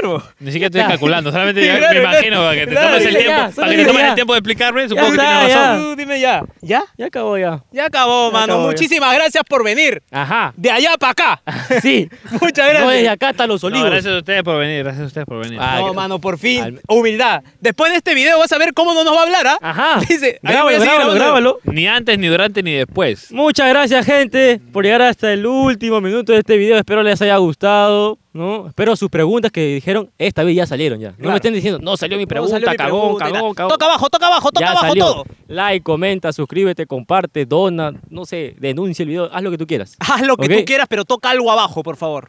S3: Claro.
S2: Ni siquiera estoy calculando, solamente
S3: Sí,
S2: me
S3: claro,
S2: imagino
S3: claro.
S2: para que te
S3: Claro,
S2: tomes el
S1: dile ya,
S2: tiempo,
S1: solo
S2: para que te
S1: dile
S2: tomes
S1: ya.
S2: el tiempo de explicarme, supongo que
S1: está,
S2: tienes razón.
S1: ya.
S3: Tú dime ya. ¿Ya?
S1: Ya acabó ya.
S3: Ya acabó,
S1: Ya
S3: mano.
S1: acabó, ya.
S3: Muchísimas gracias por venir.
S1: Ajá.
S3: De allá para acá.
S1: Sí.
S3: Muchas gracias.
S1: No, desde acá hasta los
S2: No,
S1: olivos.
S2: gracias a ustedes por venir, gracias a ustedes por venir.
S1: Ah,
S3: no,
S1: que-
S3: mano, por fin.
S1: Al-
S3: Humildad. Después de este video vas a ver cómo no nos va a hablar, ¿ah?
S1: Ajá.
S3: Dice, ahí voy
S1: grábalo,
S3: a seguir
S1: grábalo,
S3: grabando.
S1: grábalo.
S2: Ni antes, ni durante, ni después.
S1: Muchas gracias, gente, por llegar hasta el último minuto de este video. Espero les haya gustado, ¿no? Espero sus preguntas que dijeron esta vez ya salieron ya. No
S3: Claro.
S1: me estén diciendo, no salió mi
S3: No
S1: pregunta,
S3: salió mi
S1: cagón,
S3: pregunta y
S1: cagón,
S3: nada.
S1: cagón.
S3: Toca abajo, toca abajo, toca
S1: ya
S3: abajo
S1: salió.
S3: todo.
S1: Like, comenta, suscríbete, comparte, dona, no sé, denuncia el video, haz lo que tú quieras.
S3: Haz lo que
S1: ¿Ok?
S3: tú quieras, pero toca algo abajo, por favor.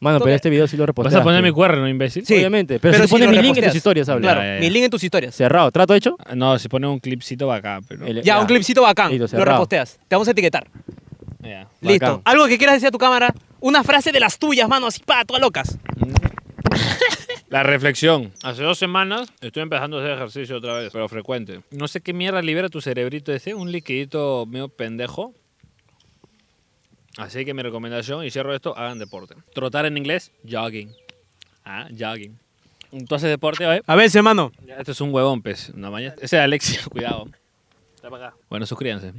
S1: Mano, pero
S3: Toca-
S1: este video sí lo reposteas.
S2: ¿Vas a poner mi
S1: tío.
S2: QR, no, imbécil?
S3: Sí.
S1: Obviamente, pero,
S3: Pero
S1: si
S3: si
S1: pones
S3: lo
S1: mi link en
S3: reposteas.
S1: tus historias, habla.
S3: Claro,
S2: Ya, ya,
S3: mi
S2: ya.
S3: link en tus historias.
S1: Cerrado. ¿Trato hecho?
S2: Ah, No, si pone un clipcito acá, pero.
S1: El-
S3: Ya,
S1: ya.
S3: un clipcito bacán.
S1: Listo,
S3: lo
S1: cerrado.
S3: reposteas. Te vamos a etiquetar.
S2: Ya.
S3: Listo. Algo que quieras decir a tu cámara. Una frase de las tuyas, mano, así, pa, todas locas.
S2: La reflexión. Hace dos semanas estoy empezando a hacer ejercicio otra vez, pero frecuente. No sé qué mierda libera tu cerebrito ese, un liquidito medio pendejo. Así que mi recomendación, y cierro esto, hagan deporte. Trotar en inglés, jogging. Ah, jogging. ¿Tú haces deporte, oye?
S3: A veces, hermano.
S2: Ya, Este es un huevón, pues. Una mañana. Ese es Alexia, cuidado. Bueno, suscríbanse.